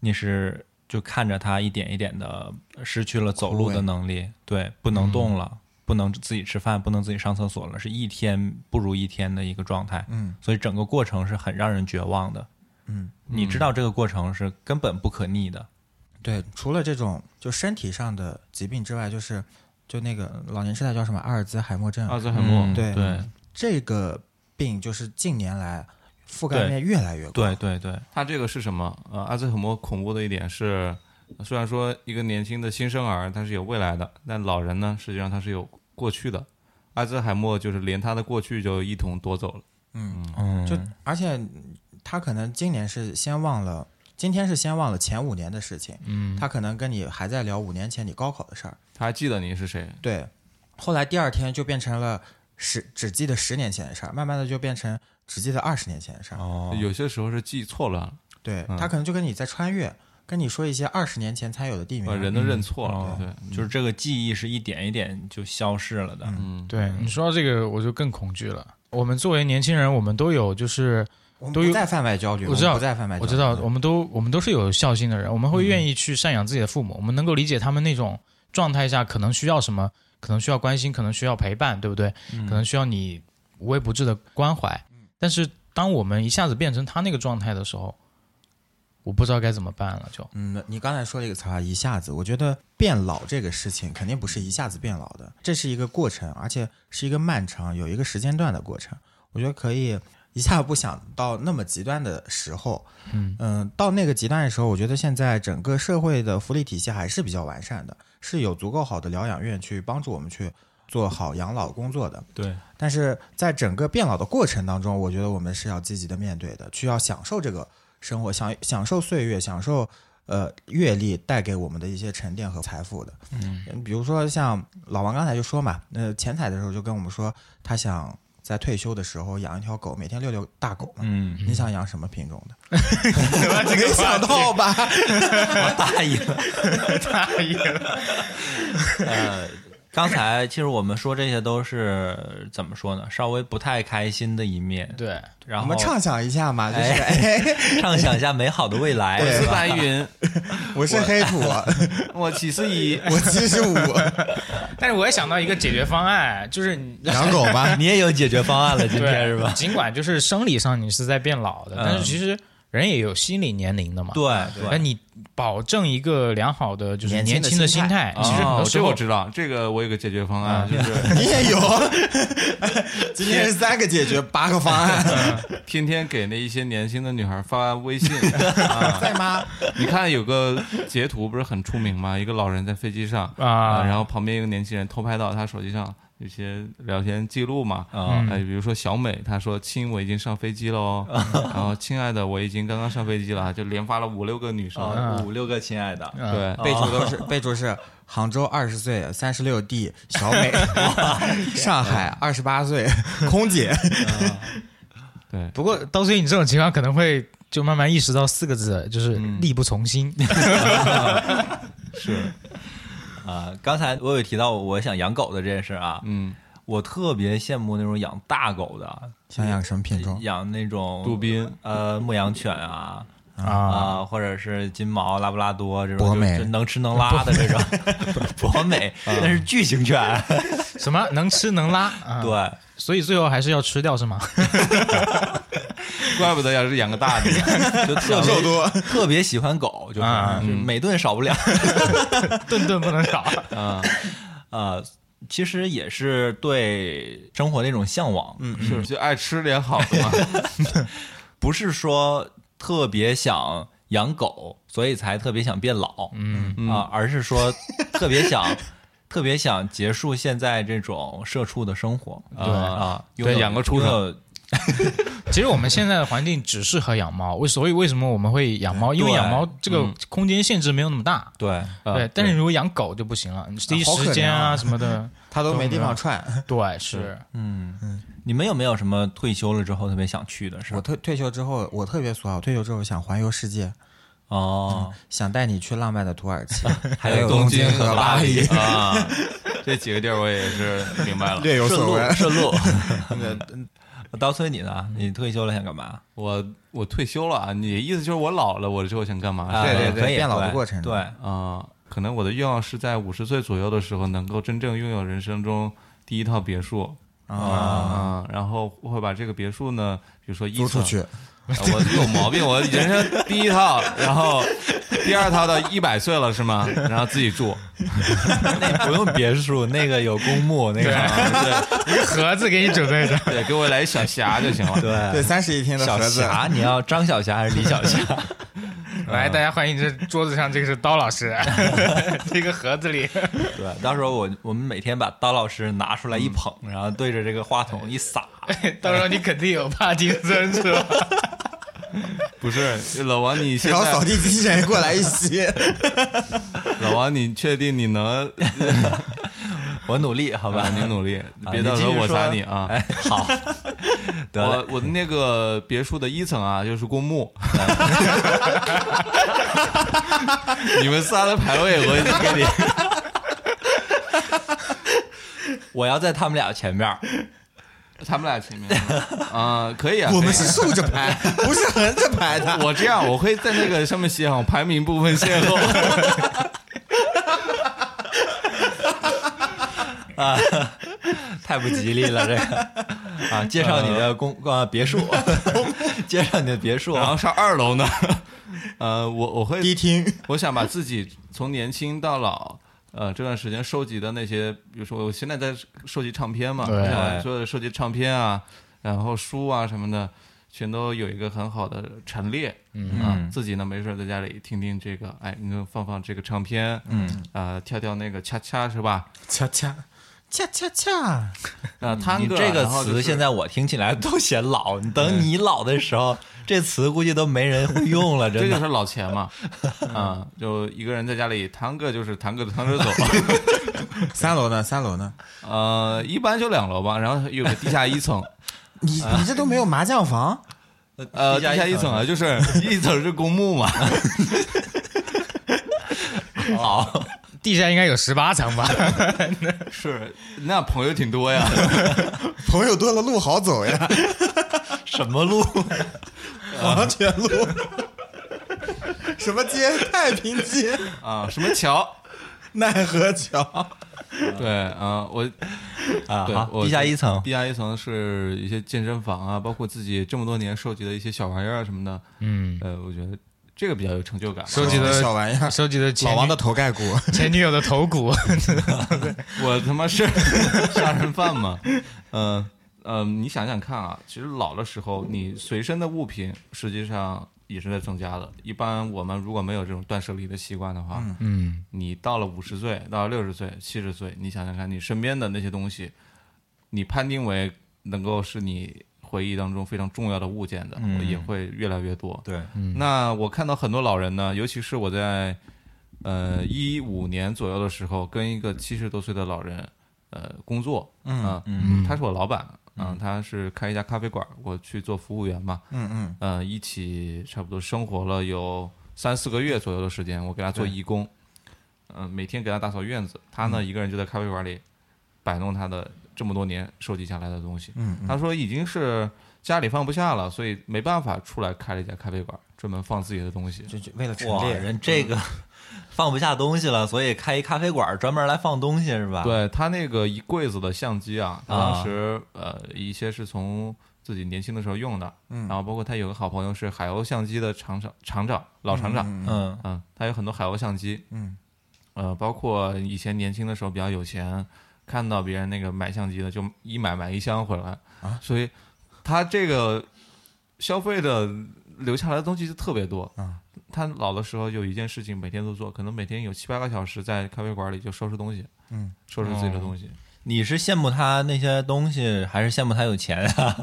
[SPEAKER 2] 你是就看着他一点一点的失去了走路的能力，对，不能动了，不能自己吃饭，不能自己上厕所了，是一天不如一天的一个状态。
[SPEAKER 5] 嗯
[SPEAKER 2] 所以整个过程是很让人绝望的。
[SPEAKER 5] 嗯，
[SPEAKER 2] 你知道这个过程是根本不可逆的。
[SPEAKER 5] 对，除了这种就身体上的疾病之外，就是就那个老年痴呆叫什么阿尔兹海默症，啊
[SPEAKER 4] 阿兹海默，
[SPEAKER 2] 嗯
[SPEAKER 5] 对
[SPEAKER 2] 对
[SPEAKER 5] 这个病就是近年来覆盖面越来越广。
[SPEAKER 2] 对对对，
[SPEAKER 4] 他这个是什么？呃，阿兹海默恐怖的一点是，虽然说一个年轻的新生儿他是有未来的，但老人呢，实际上他是有过去的。阿兹海默就是连他的过去就一同夺走了。
[SPEAKER 5] 嗯，
[SPEAKER 2] 嗯，
[SPEAKER 5] 就而且他可能今年是先忘了，今天是先忘了前五年的事情，
[SPEAKER 3] 嗯，
[SPEAKER 5] 他可能跟你还在聊五年前你高考的事儿。
[SPEAKER 4] 他还记得你是谁，
[SPEAKER 5] 对，后来第二天就变成了十只记得十年前的事儿，慢慢的就变成只记得二十年前的事儿。
[SPEAKER 2] 哦，
[SPEAKER 4] 有些时候是记错了，
[SPEAKER 5] 对
[SPEAKER 4] 嗯
[SPEAKER 5] 他可能就跟你在穿越，跟你说一些二十年前才有的地
[SPEAKER 3] 哦
[SPEAKER 4] 呃，
[SPEAKER 5] 名。啊
[SPEAKER 4] 人都认错了。
[SPEAKER 2] 嗯
[SPEAKER 4] 对，
[SPEAKER 2] 就是这个记忆是一点一点就消逝了的。
[SPEAKER 4] 嗯，
[SPEAKER 3] 对，你说到这个我就更恐惧了。我们作为年轻人，我们都有就是
[SPEAKER 5] 我们
[SPEAKER 3] 都有
[SPEAKER 5] 不再贩卖焦虑，
[SPEAKER 3] 我知道
[SPEAKER 5] 们不再贩卖焦虑。嗯
[SPEAKER 3] 我知道，我们都我们都是有孝心的人，我们会愿意去赡养自己的父母，我们能够理解他们那种状态下可能需要什么，可能需要关心，可能需要陪伴，对不对？可能需要你无微不至的关怀。但是当我们一下子变成他那个状态的时候，我不知道该怎么办了，就
[SPEAKER 5] 嗯，你刚才说了一个词啊，一下子，我觉得变老这个事情肯定不是一下子变老的，这是一个过程，而且是一个漫长、有一个时间段的过程。我觉得可以一下不想到那么极端的时候，
[SPEAKER 3] 嗯
[SPEAKER 5] 到那个极端的时候，我觉得现在整个社会的福利体系还是比较完善的，是有足够好的疗养院去帮助我们去做好养老工作的。
[SPEAKER 2] 对，
[SPEAKER 5] 但是在整个变老的过程当中，我觉得我们是要积极的面对的，去要享受这个生活，享享受岁月，享受呃阅历带给我们的一些沉淀和财富的。嗯，比如说像老王刚才就说嘛，呃，前彩的时候就跟我们说，他想在退休的时候养一条狗，每天遛遛大狗嘛。
[SPEAKER 2] 嗯，
[SPEAKER 5] 你想养什么品种 的？没想到吧？
[SPEAKER 2] 我大意了。
[SPEAKER 3] 大意了。
[SPEAKER 2] 呃，刚才其实我们说这些都是怎么说呢？稍微不太开心的一面。，
[SPEAKER 3] 对，
[SPEAKER 2] 然
[SPEAKER 5] 我
[SPEAKER 2] 后
[SPEAKER 5] 们畅想一下嘛，就是哎，
[SPEAKER 2] 畅想一下美好的未来。
[SPEAKER 5] 对
[SPEAKER 2] 是吧
[SPEAKER 4] 白云，
[SPEAKER 5] 我是黑土，
[SPEAKER 4] 我岂是一
[SPEAKER 5] 我七十 五，
[SPEAKER 3] 但是我也想到一个解决方案，就是你
[SPEAKER 5] 养狗吧。
[SPEAKER 2] 你也有解决方案了，今天
[SPEAKER 3] 对
[SPEAKER 2] 是吧？
[SPEAKER 3] 尽管就是生理上你是在变老的，
[SPEAKER 2] 嗯
[SPEAKER 3] 但是其实人也有心理年龄的嘛。
[SPEAKER 2] 对
[SPEAKER 3] 那
[SPEAKER 2] 对，
[SPEAKER 3] 你保证一个良好的就是
[SPEAKER 5] 年
[SPEAKER 3] 年
[SPEAKER 5] 轻的
[SPEAKER 3] 轻的
[SPEAKER 5] 心
[SPEAKER 3] 心态，其实很
[SPEAKER 4] 哦
[SPEAKER 3] 多
[SPEAKER 4] 这
[SPEAKER 3] 时
[SPEAKER 4] 我
[SPEAKER 3] 候
[SPEAKER 4] 知道，这个我有个解决方案，
[SPEAKER 3] 啊
[SPEAKER 4] 就是
[SPEAKER 5] 你也有，啊今天是三个解决，八个方案，
[SPEAKER 4] 天天给那一些年轻的女孩发微信。啊
[SPEAKER 5] 在 吗？
[SPEAKER 4] 你看有个截图不是很出名吗？一个老人在飞机上
[SPEAKER 3] 啊
[SPEAKER 4] 然后旁边一个年轻人偷拍到他手机上有些聊天记录嘛。
[SPEAKER 2] 啊
[SPEAKER 4] 哎，比如说小美，她说：“亲，我已经上飞机了哦。”然后，亲爱的，我已经刚刚上飞机了，就连发了五六个女生。
[SPEAKER 2] 啊，五六个亲爱的，
[SPEAKER 4] 对，
[SPEAKER 5] 备注都是备注是杭州二十岁三十六 D 小 美，上海二十八岁空 姐。
[SPEAKER 4] 对，
[SPEAKER 3] 不过到最后你这种情况可能会就慢慢意识到四个字，就是力不从心。
[SPEAKER 4] 是，
[SPEAKER 2] 啊，刚才我有提到我想养狗的这件事啊，
[SPEAKER 4] 嗯，
[SPEAKER 2] 我特别羡慕那种养大狗的，
[SPEAKER 5] 想养什么品种？
[SPEAKER 2] 养那种
[SPEAKER 4] 杜宾，
[SPEAKER 2] 呃，牧羊犬啊
[SPEAKER 3] 啊，
[SPEAKER 2] 啊，或者是金毛、拉布拉多这种，
[SPEAKER 5] 博
[SPEAKER 2] 就
[SPEAKER 5] 美
[SPEAKER 2] 就能吃能拉的这种，博美那是巨型犬，
[SPEAKER 3] 什么能吃能拉啊？，
[SPEAKER 2] 对，
[SPEAKER 3] 所以最后还是要吃掉是吗？
[SPEAKER 4] 怪不得要是养个大的，
[SPEAKER 2] 就特别多，特别喜欢狗，就是
[SPEAKER 3] 啊
[SPEAKER 2] 就是每顿少不了。
[SPEAKER 3] 顿顿不能少。
[SPEAKER 2] 呃，其实也是对生活的一种向往，
[SPEAKER 4] 是 就爱吃点好的嘛。
[SPEAKER 2] 不是说特别想养狗，所以才特别想变老，
[SPEAKER 3] 嗯，
[SPEAKER 4] 嗯
[SPEAKER 2] 啊，而是说特别想。特别想结束现在这种社畜的生活，啊啊，
[SPEAKER 4] 对养个畜生
[SPEAKER 2] 生，
[SPEAKER 3] 其实我们现在的环境只适合养猫，为所以为什么我们会养猫？因为
[SPEAKER 2] 对
[SPEAKER 3] 养猫这个空间限制没有那么大。
[SPEAKER 2] 对，
[SPEAKER 4] 啊
[SPEAKER 3] 对，但是如果养狗就不行了，你第一
[SPEAKER 5] 好可
[SPEAKER 3] 时间
[SPEAKER 5] 怜
[SPEAKER 3] 啊
[SPEAKER 5] 啊
[SPEAKER 3] 什么的，
[SPEAKER 5] 它都没地方串。
[SPEAKER 3] 对，是
[SPEAKER 2] 嗯，你们有没有什么退休了之后特别想去的事
[SPEAKER 5] 我？退退休之后，我特别俗啊！我退休之后想环游世界，
[SPEAKER 2] 哦，
[SPEAKER 5] 想带你去浪漫的土耳其，
[SPEAKER 2] 还
[SPEAKER 5] 有
[SPEAKER 4] 嗯东
[SPEAKER 5] 京
[SPEAKER 4] 和
[SPEAKER 5] 巴
[SPEAKER 4] 黎啊， 这几个地儿我也是明白了。
[SPEAKER 5] 略有
[SPEAKER 2] 顺
[SPEAKER 5] 所
[SPEAKER 2] 路
[SPEAKER 5] 闻。
[SPEAKER 2] 顺路。
[SPEAKER 4] 嗯
[SPEAKER 2] 刀崔，你呢？你退休了想干嘛？
[SPEAKER 4] 我我退休了啊，你意思就是我老了，我之后想干嘛？
[SPEAKER 2] 啊
[SPEAKER 5] 对对对
[SPEAKER 2] 可以
[SPEAKER 5] 变老的过程
[SPEAKER 2] 对，
[SPEAKER 4] 啊、可能我的愿望是在五十岁左右的时候，能够真正拥有人生中第一套别墅
[SPEAKER 5] 啊，
[SPEAKER 4] 啊、然后我会把这个别墅呢，比如说一
[SPEAKER 5] 租出
[SPEAKER 4] 层
[SPEAKER 5] 去，
[SPEAKER 4] 啊我有毛病，我人生第一套，然后第二套到一百岁了是吗？然后自己住，，
[SPEAKER 2] 那不用别墅，那个有公墓，那个
[SPEAKER 3] 一个盒子给你准备着
[SPEAKER 4] 对，给我来一小匣就行了。
[SPEAKER 5] 对，
[SPEAKER 2] 对
[SPEAKER 5] 三室一厅的
[SPEAKER 2] 小
[SPEAKER 5] 盒子，
[SPEAKER 2] 霞，你 要张小霞还是李小霞？
[SPEAKER 3] 来，大家欢迎这桌子上这个是刀老师，这个盒子里，
[SPEAKER 2] 对，到时候我我们每天把刀老师拿出来一捧，然后对着这个话筒一撒，
[SPEAKER 3] 到时候你肯定有帕金森车。
[SPEAKER 4] 不是老王，你现
[SPEAKER 5] 然后扫
[SPEAKER 4] 在
[SPEAKER 5] 地机器人过来一 吸，
[SPEAKER 4] 老王，你确定你能？
[SPEAKER 2] 我努力，好
[SPEAKER 4] 好
[SPEAKER 2] 吧
[SPEAKER 4] 吧，？你努力，
[SPEAKER 2] 啊
[SPEAKER 4] 别到时候我砸你啊！
[SPEAKER 2] 哎， 好，得嘞
[SPEAKER 4] 我，我的那个别墅的一层啊，就是公墓。 你们仨的排位，我已经 给你。
[SPEAKER 2] 我要在他们俩前面儿。
[SPEAKER 4] 他们俩前面啊、可以啊。
[SPEAKER 5] 我
[SPEAKER 4] 可以
[SPEAKER 5] 们
[SPEAKER 4] 啊哎
[SPEAKER 5] 是竖着排，不是横着 排的。
[SPEAKER 4] 我这样，我会在那个上面写好排名不分先后。
[SPEAKER 2] 太不吉利了，这个啊！介绍你的公啊别墅，
[SPEAKER 5] 呃
[SPEAKER 2] 介绍你的别墅啊
[SPEAKER 4] 然后上二楼呢， 呃，我我会
[SPEAKER 5] 迪厅，
[SPEAKER 4] 我想把自己从年轻到老，呃，这段时间收集的那些，比如说我现在在收集唱片嘛，
[SPEAKER 3] 对
[SPEAKER 4] 我想说收集唱片啊，然后书啊什么的，全都有一个很好的陈列。嗯啊，自己呢没事儿在家里听听这个，哎，你就放放这个唱片，嗯啊、跳跳那个恰恰是吧？
[SPEAKER 5] 恰恰，恰恰恰，
[SPEAKER 4] 啊、
[SPEAKER 2] 嗯
[SPEAKER 4] 探
[SPEAKER 2] 你
[SPEAKER 4] 戈，
[SPEAKER 2] 这个
[SPEAKER 4] 然后就
[SPEAKER 2] 词
[SPEAKER 4] 是
[SPEAKER 2] 现在我听起来都显老，你等你老的时候，这词估计都没人会用 了，
[SPEAKER 4] 这
[SPEAKER 2] 真
[SPEAKER 4] 就
[SPEAKER 2] 的。
[SPEAKER 4] 是老 钱嘛，啊、就一个人在家里弹个就是弹个的 弹 着走，
[SPEAKER 5] 三楼呢？三楼呢？
[SPEAKER 4] 呃，一般就两楼吧，然后有个地下一层，
[SPEAKER 5] 你你这都没有麻将房？
[SPEAKER 4] 呃，地下一层啊，就是 一层是公墓嘛，
[SPEAKER 2] 好，
[SPEAKER 3] 地下应该有十八层吧？
[SPEAKER 4] 是 那朋友挺多呀，
[SPEAKER 5] 朋友多了路好走 呀，
[SPEAKER 2] 什么路？
[SPEAKER 5] 黄泉路，什么街？太平街、
[SPEAKER 4] 啊，什么桥，
[SPEAKER 5] 奈何桥。
[SPEAKER 4] 对啊，我
[SPEAKER 2] 啊，
[SPEAKER 4] 对
[SPEAKER 2] 好，
[SPEAKER 4] 我
[SPEAKER 2] 地下一层
[SPEAKER 4] 地下一层是一些健身房啊，包括自己这么多年收集的一些小玩意儿啊什么的，
[SPEAKER 3] 嗯，
[SPEAKER 4] 呃，我觉得这个比较有成就感吧。
[SPEAKER 3] 收集的
[SPEAKER 5] 哦小玩意儿，
[SPEAKER 3] 收集的前
[SPEAKER 5] 老
[SPEAKER 3] 女
[SPEAKER 5] 王的头盖骨。
[SPEAKER 3] 前女友的头骨，
[SPEAKER 4] 我他妈是杀人犯吗？嗯、嗯、你想想看啊，其实老的时候，你随身的物品实际上也是在增加的。一般我们如果没有这种断舍离的习惯的话，
[SPEAKER 3] 嗯，
[SPEAKER 4] 你到了五十岁，到了六十岁、七十岁，你想想看，你身边的那些东西，你判定为能够是你回忆当中非常重要的物件的，
[SPEAKER 2] 嗯
[SPEAKER 4] 也会越来越多。
[SPEAKER 2] 对，
[SPEAKER 5] 嗯
[SPEAKER 4] 那我看到很多老人呢，尤其是我在呃一五年左右的时候，跟一个七十多岁的老人呃工作，嗯、
[SPEAKER 3] 嗯
[SPEAKER 4] 他是我老板，嗯、他是开一家咖啡馆，我去做服务员嘛，
[SPEAKER 5] 嗯嗯，
[SPEAKER 4] 呃，一起差不多生活了有三四个月左右的时间，我给他做义工，嗯、每天给他打扫院子，他呢、一个人就在咖啡馆里摆弄他的这么多年收集下来的东西，
[SPEAKER 5] 嗯嗯
[SPEAKER 4] 他说已经是家里放不下了，所以没办法出来开了一家咖啡馆，专门放自己的东西。
[SPEAKER 5] 就就为了陈
[SPEAKER 2] 哇，
[SPEAKER 5] 列嗯
[SPEAKER 2] 人这个放不下东西了，所以开一咖啡馆专门来放东西是吧？，
[SPEAKER 4] 对他那个一柜子的相机啊，他当时呃一些是从自己年轻的时候用的，
[SPEAKER 5] 嗯
[SPEAKER 4] 然后包括他有个好朋友是海鸥相机的厂长厂长老厂长，
[SPEAKER 5] 嗯
[SPEAKER 2] 嗯
[SPEAKER 4] 嗯，他有很多海鸥相机，
[SPEAKER 5] 嗯，
[SPEAKER 4] 呃，包括以前年轻的时候比较有钱，看到别人那个买相机的就一买买一箱回来，
[SPEAKER 5] 啊
[SPEAKER 4] 所以他这个消费的留下来的东西就特别多。
[SPEAKER 5] 啊
[SPEAKER 4] 他老的时候有一件事情每天都做，可能每天有七八个小时在咖啡馆里就收拾东西，
[SPEAKER 5] 嗯，
[SPEAKER 4] 收拾自己的东西。
[SPEAKER 2] 你是羡慕他那些东西，还是羡慕他有钱啊？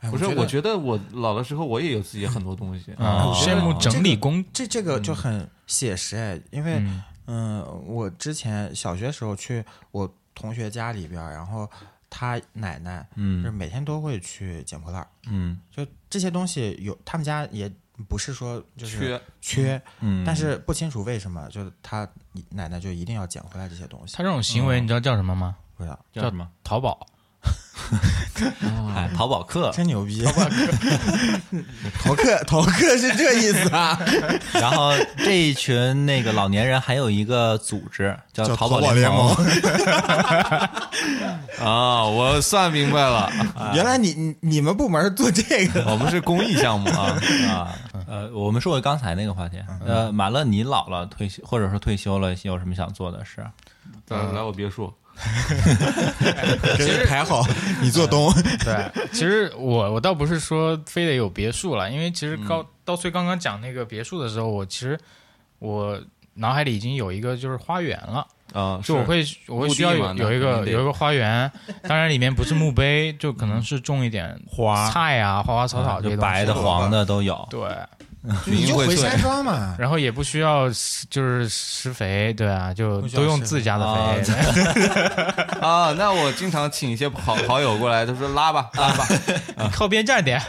[SPEAKER 5] 哎
[SPEAKER 4] 不是，我
[SPEAKER 5] 得
[SPEAKER 4] 觉得我老的时候我也有自己很多东西
[SPEAKER 2] 啊
[SPEAKER 4] 我觉
[SPEAKER 3] 羡
[SPEAKER 4] 得
[SPEAKER 3] 慕整理工，
[SPEAKER 5] 这这个就很写实哎，因为
[SPEAKER 3] 嗯
[SPEAKER 5] 嗯、我之前小学时候去我同学家里边儿，然后他奶奶就是
[SPEAKER 2] 嗯
[SPEAKER 5] 每天都会去捡破烂儿，
[SPEAKER 2] 嗯
[SPEAKER 5] 就这些东西有他们家也不是说就是
[SPEAKER 4] 缺
[SPEAKER 5] 缺，
[SPEAKER 2] 嗯，
[SPEAKER 5] 但是不清楚为什么，就是他奶奶就一定要捡回来这些东西
[SPEAKER 3] 他。这种行为你知道叫什么吗？
[SPEAKER 5] 不知道，
[SPEAKER 2] 叫什么？
[SPEAKER 3] 淘宝。
[SPEAKER 2] 哎，淘宝客，
[SPEAKER 5] 真牛逼！ 逃课，逃课是这意思啊？
[SPEAKER 2] 然后这一群那个老年人还有一个组织叫
[SPEAKER 5] 叫
[SPEAKER 2] 淘
[SPEAKER 5] 淘宝联
[SPEAKER 2] 盟，
[SPEAKER 4] 啊，我算明白了，
[SPEAKER 5] 原来你你你们部门做这个，
[SPEAKER 4] 我们是公 益项目啊。
[SPEAKER 2] 啊，呃，我们说回刚才那个话题，
[SPEAKER 5] 嗯
[SPEAKER 2] 呃，马乐，你老了退休或者说退休了，有什么想做的事？
[SPEAKER 4] 来来，我别说，
[SPEAKER 5] 给你排好，你做东。
[SPEAKER 3] 对，其实我我倒不是说非得有别墅了，因为其实高、到最刚刚讲那个别墅的时候，我其实我脑海里已经有一个就是花园了，
[SPEAKER 4] 啊，
[SPEAKER 3] 就我
[SPEAKER 4] 是
[SPEAKER 3] 会我会需要
[SPEAKER 4] 墓地嘛
[SPEAKER 3] 有有一
[SPEAKER 4] 那肯
[SPEAKER 3] 个
[SPEAKER 4] 定得
[SPEAKER 3] 有一个花园，当然里面不是墓碑，就可能是种一点
[SPEAKER 2] 花
[SPEAKER 3] 菜啊、花花草草这些
[SPEAKER 2] 就
[SPEAKER 3] 东西
[SPEAKER 2] 白的、黄的都有。
[SPEAKER 3] 对，
[SPEAKER 5] 你就回山庄 嘛，
[SPEAKER 3] 然后也不需要施就是施肥，对啊，就
[SPEAKER 5] 不需要
[SPEAKER 3] 都用
[SPEAKER 5] 施
[SPEAKER 3] 自家的
[SPEAKER 2] 啊
[SPEAKER 3] 肥，
[SPEAKER 4] 啊，那我经常请一些好好友过来，他说拉吧拉吧，
[SPEAKER 3] 靠边站点。 啊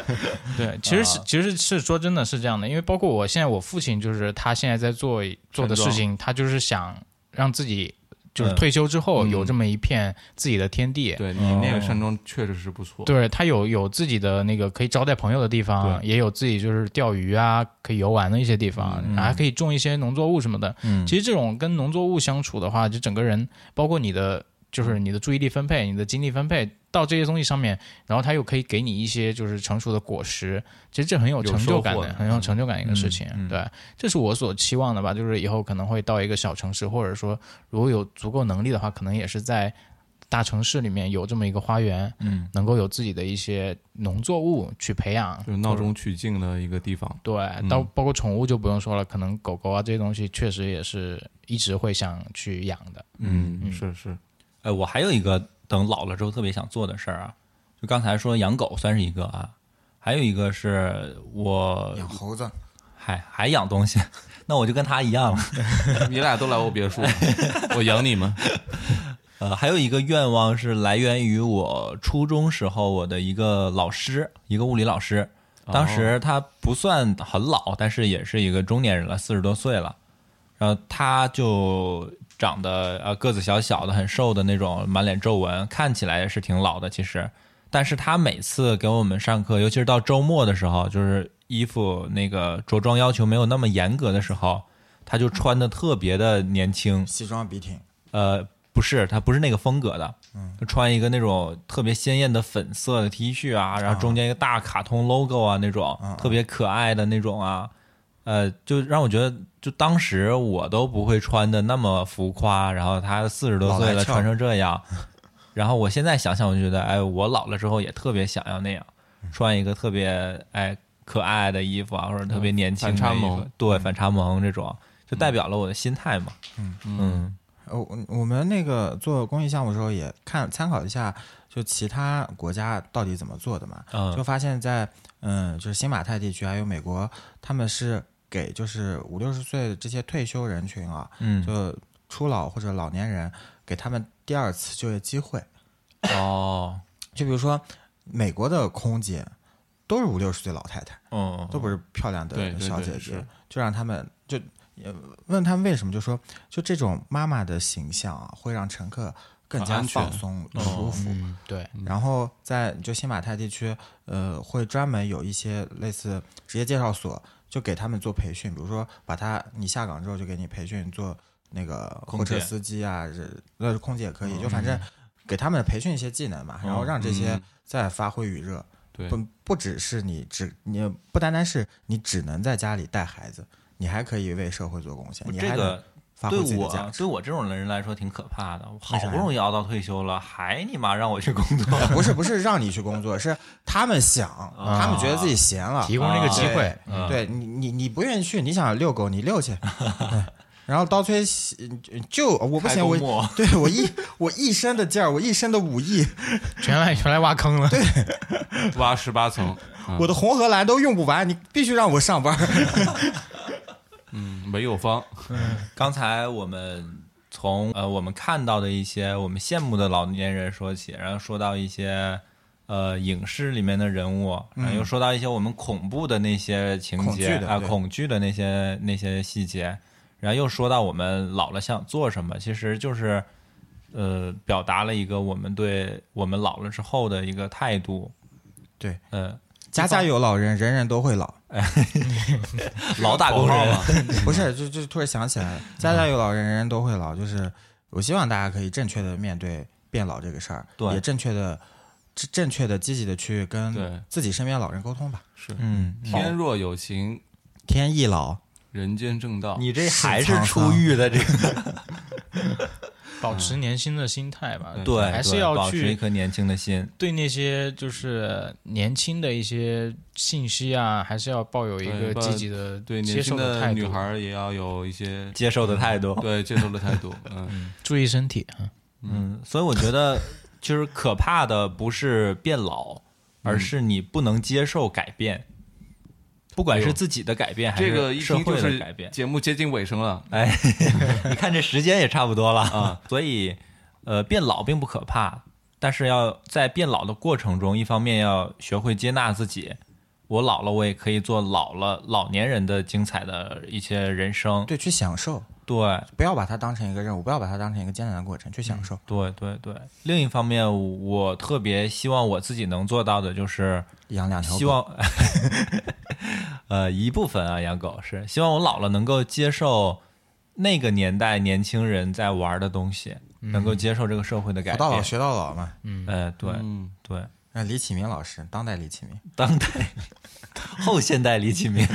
[SPEAKER 3] 对，其实是其实是说真的是这样的，因为包括我现在我父亲就是他现在在做做的事情，他就是想让自己就是
[SPEAKER 2] 嗯
[SPEAKER 3] 退休之后有这么一片自己的天地。
[SPEAKER 4] 对你
[SPEAKER 2] 哦
[SPEAKER 4] 那个山庄确实是不错，
[SPEAKER 3] 对他有有自己的那个可以招待朋友的地方，也有自己就是钓鱼啊，可以游玩的一些地方，然后还可以种一些农作物什么的。
[SPEAKER 2] 嗯，
[SPEAKER 3] 其实这种跟农作物相处的话，就整个人，包括你的就是你的注意力分配、你的精力分配到这些东西上面，然后它又可以给你一些就是成熟的果实，其实这很有成就感
[SPEAKER 4] 有
[SPEAKER 3] 的，
[SPEAKER 4] 收获的
[SPEAKER 3] 很有成就感的一个事情。
[SPEAKER 2] 嗯嗯
[SPEAKER 3] 对，这是我所期望的吧，就是以后可能会到一个小城市，或者说如果有足够能力的话，可能也是在大城市里面有这么一个花园，
[SPEAKER 2] 嗯，
[SPEAKER 3] 能够有自己的一些农作物去培养，
[SPEAKER 4] 就是闹中取静的一个地方。
[SPEAKER 3] 对，到包括宠物就不用说了，可能狗狗啊这些东西确实也是一直会想去养的。
[SPEAKER 4] 嗯，是是，
[SPEAKER 2] 哎，我还有一个等老了之后特别想做的事儿啊，就刚才说养狗算是一个啊，还有一个是我
[SPEAKER 5] 养猴子，
[SPEAKER 2] 还还养东西， 那我就跟他一样了。
[SPEAKER 4] 你俩都来我别墅， 我养你们。
[SPEAKER 2] 呃，还有一个愿望是来源于我初中时候我的一个老师，一个物理老师。 当
[SPEAKER 4] 哦
[SPEAKER 2] 时他不算很老，但是也是一个中年人了，四十多岁了。然后他就长得呃个子小小的，很瘦的那种，满脸皱纹，看起来是挺老的其实。但是他每次给我们上课，尤其是到周末的时候，就是衣服那个着装要求没有那么严格的时候，他就穿的特别的年轻，
[SPEAKER 5] 西装笔挺，
[SPEAKER 2] 呃，不是，他不是那个风格的，嗯，穿一个那种特别鲜艳的粉色的 T 恤啊，然后中间一个大卡通 logo 啊，那种、特别可爱的那种啊，呃，就让我觉得，就当时我都不会穿的那么浮夸，然后他四十多岁
[SPEAKER 5] 老
[SPEAKER 2] 了
[SPEAKER 5] 来俏
[SPEAKER 2] 穿成这样，然后我现在想想，我就觉得，哎，我老了之后也特别想要那样，穿一个特别哎可爱的衣服啊，或者特别年轻的衣服，
[SPEAKER 4] 嗯反差萌
[SPEAKER 2] 对反差萌这种，就代表了我的心态嘛，嗯嗯。
[SPEAKER 5] 呃，我我们那个做公益项目的时候也看参考一下，就其他国家到底怎么做的嘛，
[SPEAKER 2] 嗯
[SPEAKER 5] 就发现在，嗯，就是新马泰地区还有美国，他们是给就是五六十岁的这些退休人群啊，
[SPEAKER 2] 嗯，
[SPEAKER 5] 就初老或者老年人，给他们第二次就业机会。
[SPEAKER 4] 嗯
[SPEAKER 2] 哦，
[SPEAKER 5] 就比如说美国的空姐都是五六十岁老太太，
[SPEAKER 2] 嗯，
[SPEAKER 5] 都不是漂亮
[SPEAKER 4] 哦对
[SPEAKER 5] 的
[SPEAKER 4] 对
[SPEAKER 5] 小
[SPEAKER 4] 对
[SPEAKER 5] 姐姐
[SPEAKER 4] 是，
[SPEAKER 5] 就让他们就呃问他们为什么，就说就这种妈妈的形象啊，会让乘客更
[SPEAKER 4] 很
[SPEAKER 5] 加
[SPEAKER 4] 安全哦
[SPEAKER 5] 放松舒服。
[SPEAKER 3] 嗯，对，
[SPEAKER 5] 然后在就新马泰地区，呃，会专门有一些类似职业介绍所，就给他们做培训，比如说把他你下岗之后就给你培训做那个
[SPEAKER 2] 空
[SPEAKER 5] 货车
[SPEAKER 2] 姐
[SPEAKER 5] 司机啊，人呃空姐也可以，就反正给他们培训一些技能嘛，然后让这些
[SPEAKER 4] 嗯
[SPEAKER 5] 再发挥余热。
[SPEAKER 4] 对，
[SPEAKER 5] 不不只是你只你不单单是你只能在家里带孩子，你还可以为社会做贡献，你
[SPEAKER 2] 这
[SPEAKER 5] 还能
[SPEAKER 2] 个
[SPEAKER 5] 发挥
[SPEAKER 2] 对
[SPEAKER 5] 自己的价
[SPEAKER 2] 我
[SPEAKER 5] 值。
[SPEAKER 2] 对我这种人来说挺可怕的。我好
[SPEAKER 5] 为啥呀
[SPEAKER 2] 不容易熬到退休了，还你妈让我啊去工作，
[SPEAKER 5] 不是不是让你去工作，是他们想，
[SPEAKER 2] 啊
[SPEAKER 5] 他们觉得自己闲
[SPEAKER 4] 啊
[SPEAKER 5] 了，
[SPEAKER 3] 提供这个机会，
[SPEAKER 4] 哎
[SPEAKER 2] 嗯
[SPEAKER 5] 哎对你，你你不愿意去，你想遛狗，你遛去。哎然后刀崔喜就我不
[SPEAKER 2] 开
[SPEAKER 5] 行，
[SPEAKER 2] 工
[SPEAKER 5] 我
[SPEAKER 2] 末
[SPEAKER 5] 对我一我一身的劲儿，我一身的武艺，
[SPEAKER 3] 全来全来挖坑了。
[SPEAKER 4] 挖十八层，
[SPEAKER 2] 嗯
[SPEAKER 5] 我的红荷兰都用不完，你必须让我上班儿。
[SPEAKER 4] 嗯，没有方，
[SPEAKER 2] 刚才我们从呃我们看到的一些我们羡慕的老年人说起，然后说到一些呃影视里面的人物，然后又说到一些我们恐怖的那些情
[SPEAKER 5] 恐
[SPEAKER 2] 节
[SPEAKER 5] 惧的
[SPEAKER 2] 啊，嗯
[SPEAKER 5] 对
[SPEAKER 2] 恐惧的那些那些细节，然后又说到我们老了想做什么，其实就是呃表达了一个我们对我们老了之后的一个态度。
[SPEAKER 5] 对，
[SPEAKER 2] 嗯，
[SPEAKER 5] 家家有老人，人人都会老。
[SPEAKER 2] 哎 老打工人，
[SPEAKER 5] 不是，就就突然想起来了，家家有老人，人人都会老。就是我希望大家可以正确的面对变老这个事儿，
[SPEAKER 2] 对
[SPEAKER 5] 也正确的、正正确的、积极的
[SPEAKER 4] 对
[SPEAKER 5] 去跟自己身边老人沟通吧。
[SPEAKER 4] 是
[SPEAKER 2] 嗯，
[SPEAKER 4] 天若有情，
[SPEAKER 5] 天亦老，
[SPEAKER 4] 人间正道。
[SPEAKER 2] 你这
[SPEAKER 5] 是
[SPEAKER 2] 还是
[SPEAKER 5] 沧
[SPEAKER 2] 出
[SPEAKER 5] 桑
[SPEAKER 2] 狱的这个，
[SPEAKER 3] 保持年轻的心态吧，
[SPEAKER 2] 对，
[SPEAKER 3] 还是
[SPEAKER 2] 对
[SPEAKER 3] 要
[SPEAKER 2] 保持一
[SPEAKER 3] 去
[SPEAKER 2] 颗年轻的心。
[SPEAKER 3] 对那些就是年轻的一些信息啊，还是要抱有一个
[SPEAKER 4] 对抱
[SPEAKER 3] 积极的
[SPEAKER 4] 对年
[SPEAKER 3] 接受
[SPEAKER 4] 轻
[SPEAKER 3] 的态
[SPEAKER 4] 的
[SPEAKER 3] 度，
[SPEAKER 4] 女孩儿也要有一些
[SPEAKER 2] 接受的态度，
[SPEAKER 4] 对接受的 态度。嗯，
[SPEAKER 3] 注意身体啊，
[SPEAKER 2] 嗯，所以我觉 得就是可怕的不是变老，
[SPEAKER 4] 嗯
[SPEAKER 2] 而是你不能接受改变，不管是自己的改变还
[SPEAKER 4] 这个
[SPEAKER 2] 是
[SPEAKER 4] 一
[SPEAKER 2] 社
[SPEAKER 4] 听就
[SPEAKER 2] 会的
[SPEAKER 4] 是
[SPEAKER 2] 改 变。
[SPEAKER 4] 节目接近尾声了。
[SPEAKER 2] 哎，你看这时间也差不多了啊，所以呃，变老并不可怕，但是要在变老的过程中，一方面要学会接纳自己。我老了，我也可以做老了老年人的精彩的一些人生。
[SPEAKER 5] 对，去享受，
[SPEAKER 2] 对，
[SPEAKER 5] 不要把它当成一个任务，不要把它当成一个艰难的过程，去享受。
[SPEAKER 2] 对对对，另一方面，我特别希望我自己能做到的就是，
[SPEAKER 5] 养两条狗，
[SPEAKER 2] 希望，呃，一部分啊，养狗是希望我老了能够接受那个年代年轻人在玩的东西，能够接受这个社会的改
[SPEAKER 5] 活嗯到老
[SPEAKER 2] 变。
[SPEAKER 5] 学到老嘛。
[SPEAKER 2] 呃，对
[SPEAKER 4] 嗯，
[SPEAKER 2] 对，
[SPEAKER 5] 那李启明老师，当代李启明，
[SPEAKER 2] 当代后现代李启明，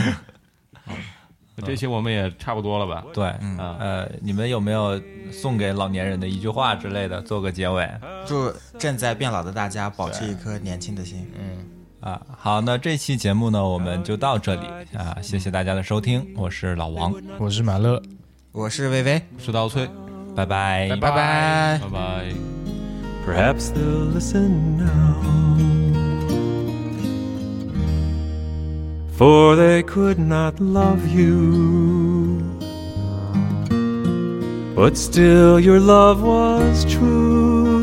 [SPEAKER 4] 这些我们也差不多了吧？
[SPEAKER 2] 对，
[SPEAKER 5] 嗯
[SPEAKER 2] 呃，你们有没有送给老年人的一句话之类的，做个结尾？
[SPEAKER 5] 祝正在变老的大家保持一颗年轻的心。
[SPEAKER 2] 啊，好，那这期节目呢，我们就到这里啊，谢谢大家的收听，我是老王，
[SPEAKER 3] 我是马乐，
[SPEAKER 5] 我是薇薇，
[SPEAKER 2] 嗯
[SPEAKER 4] 是刀崔，
[SPEAKER 2] 拜拜，
[SPEAKER 3] 拜拜
[SPEAKER 4] 拜拜。
[SPEAKER 1] Perhaps they'll listen now. For they could not love you. But still, your love was true.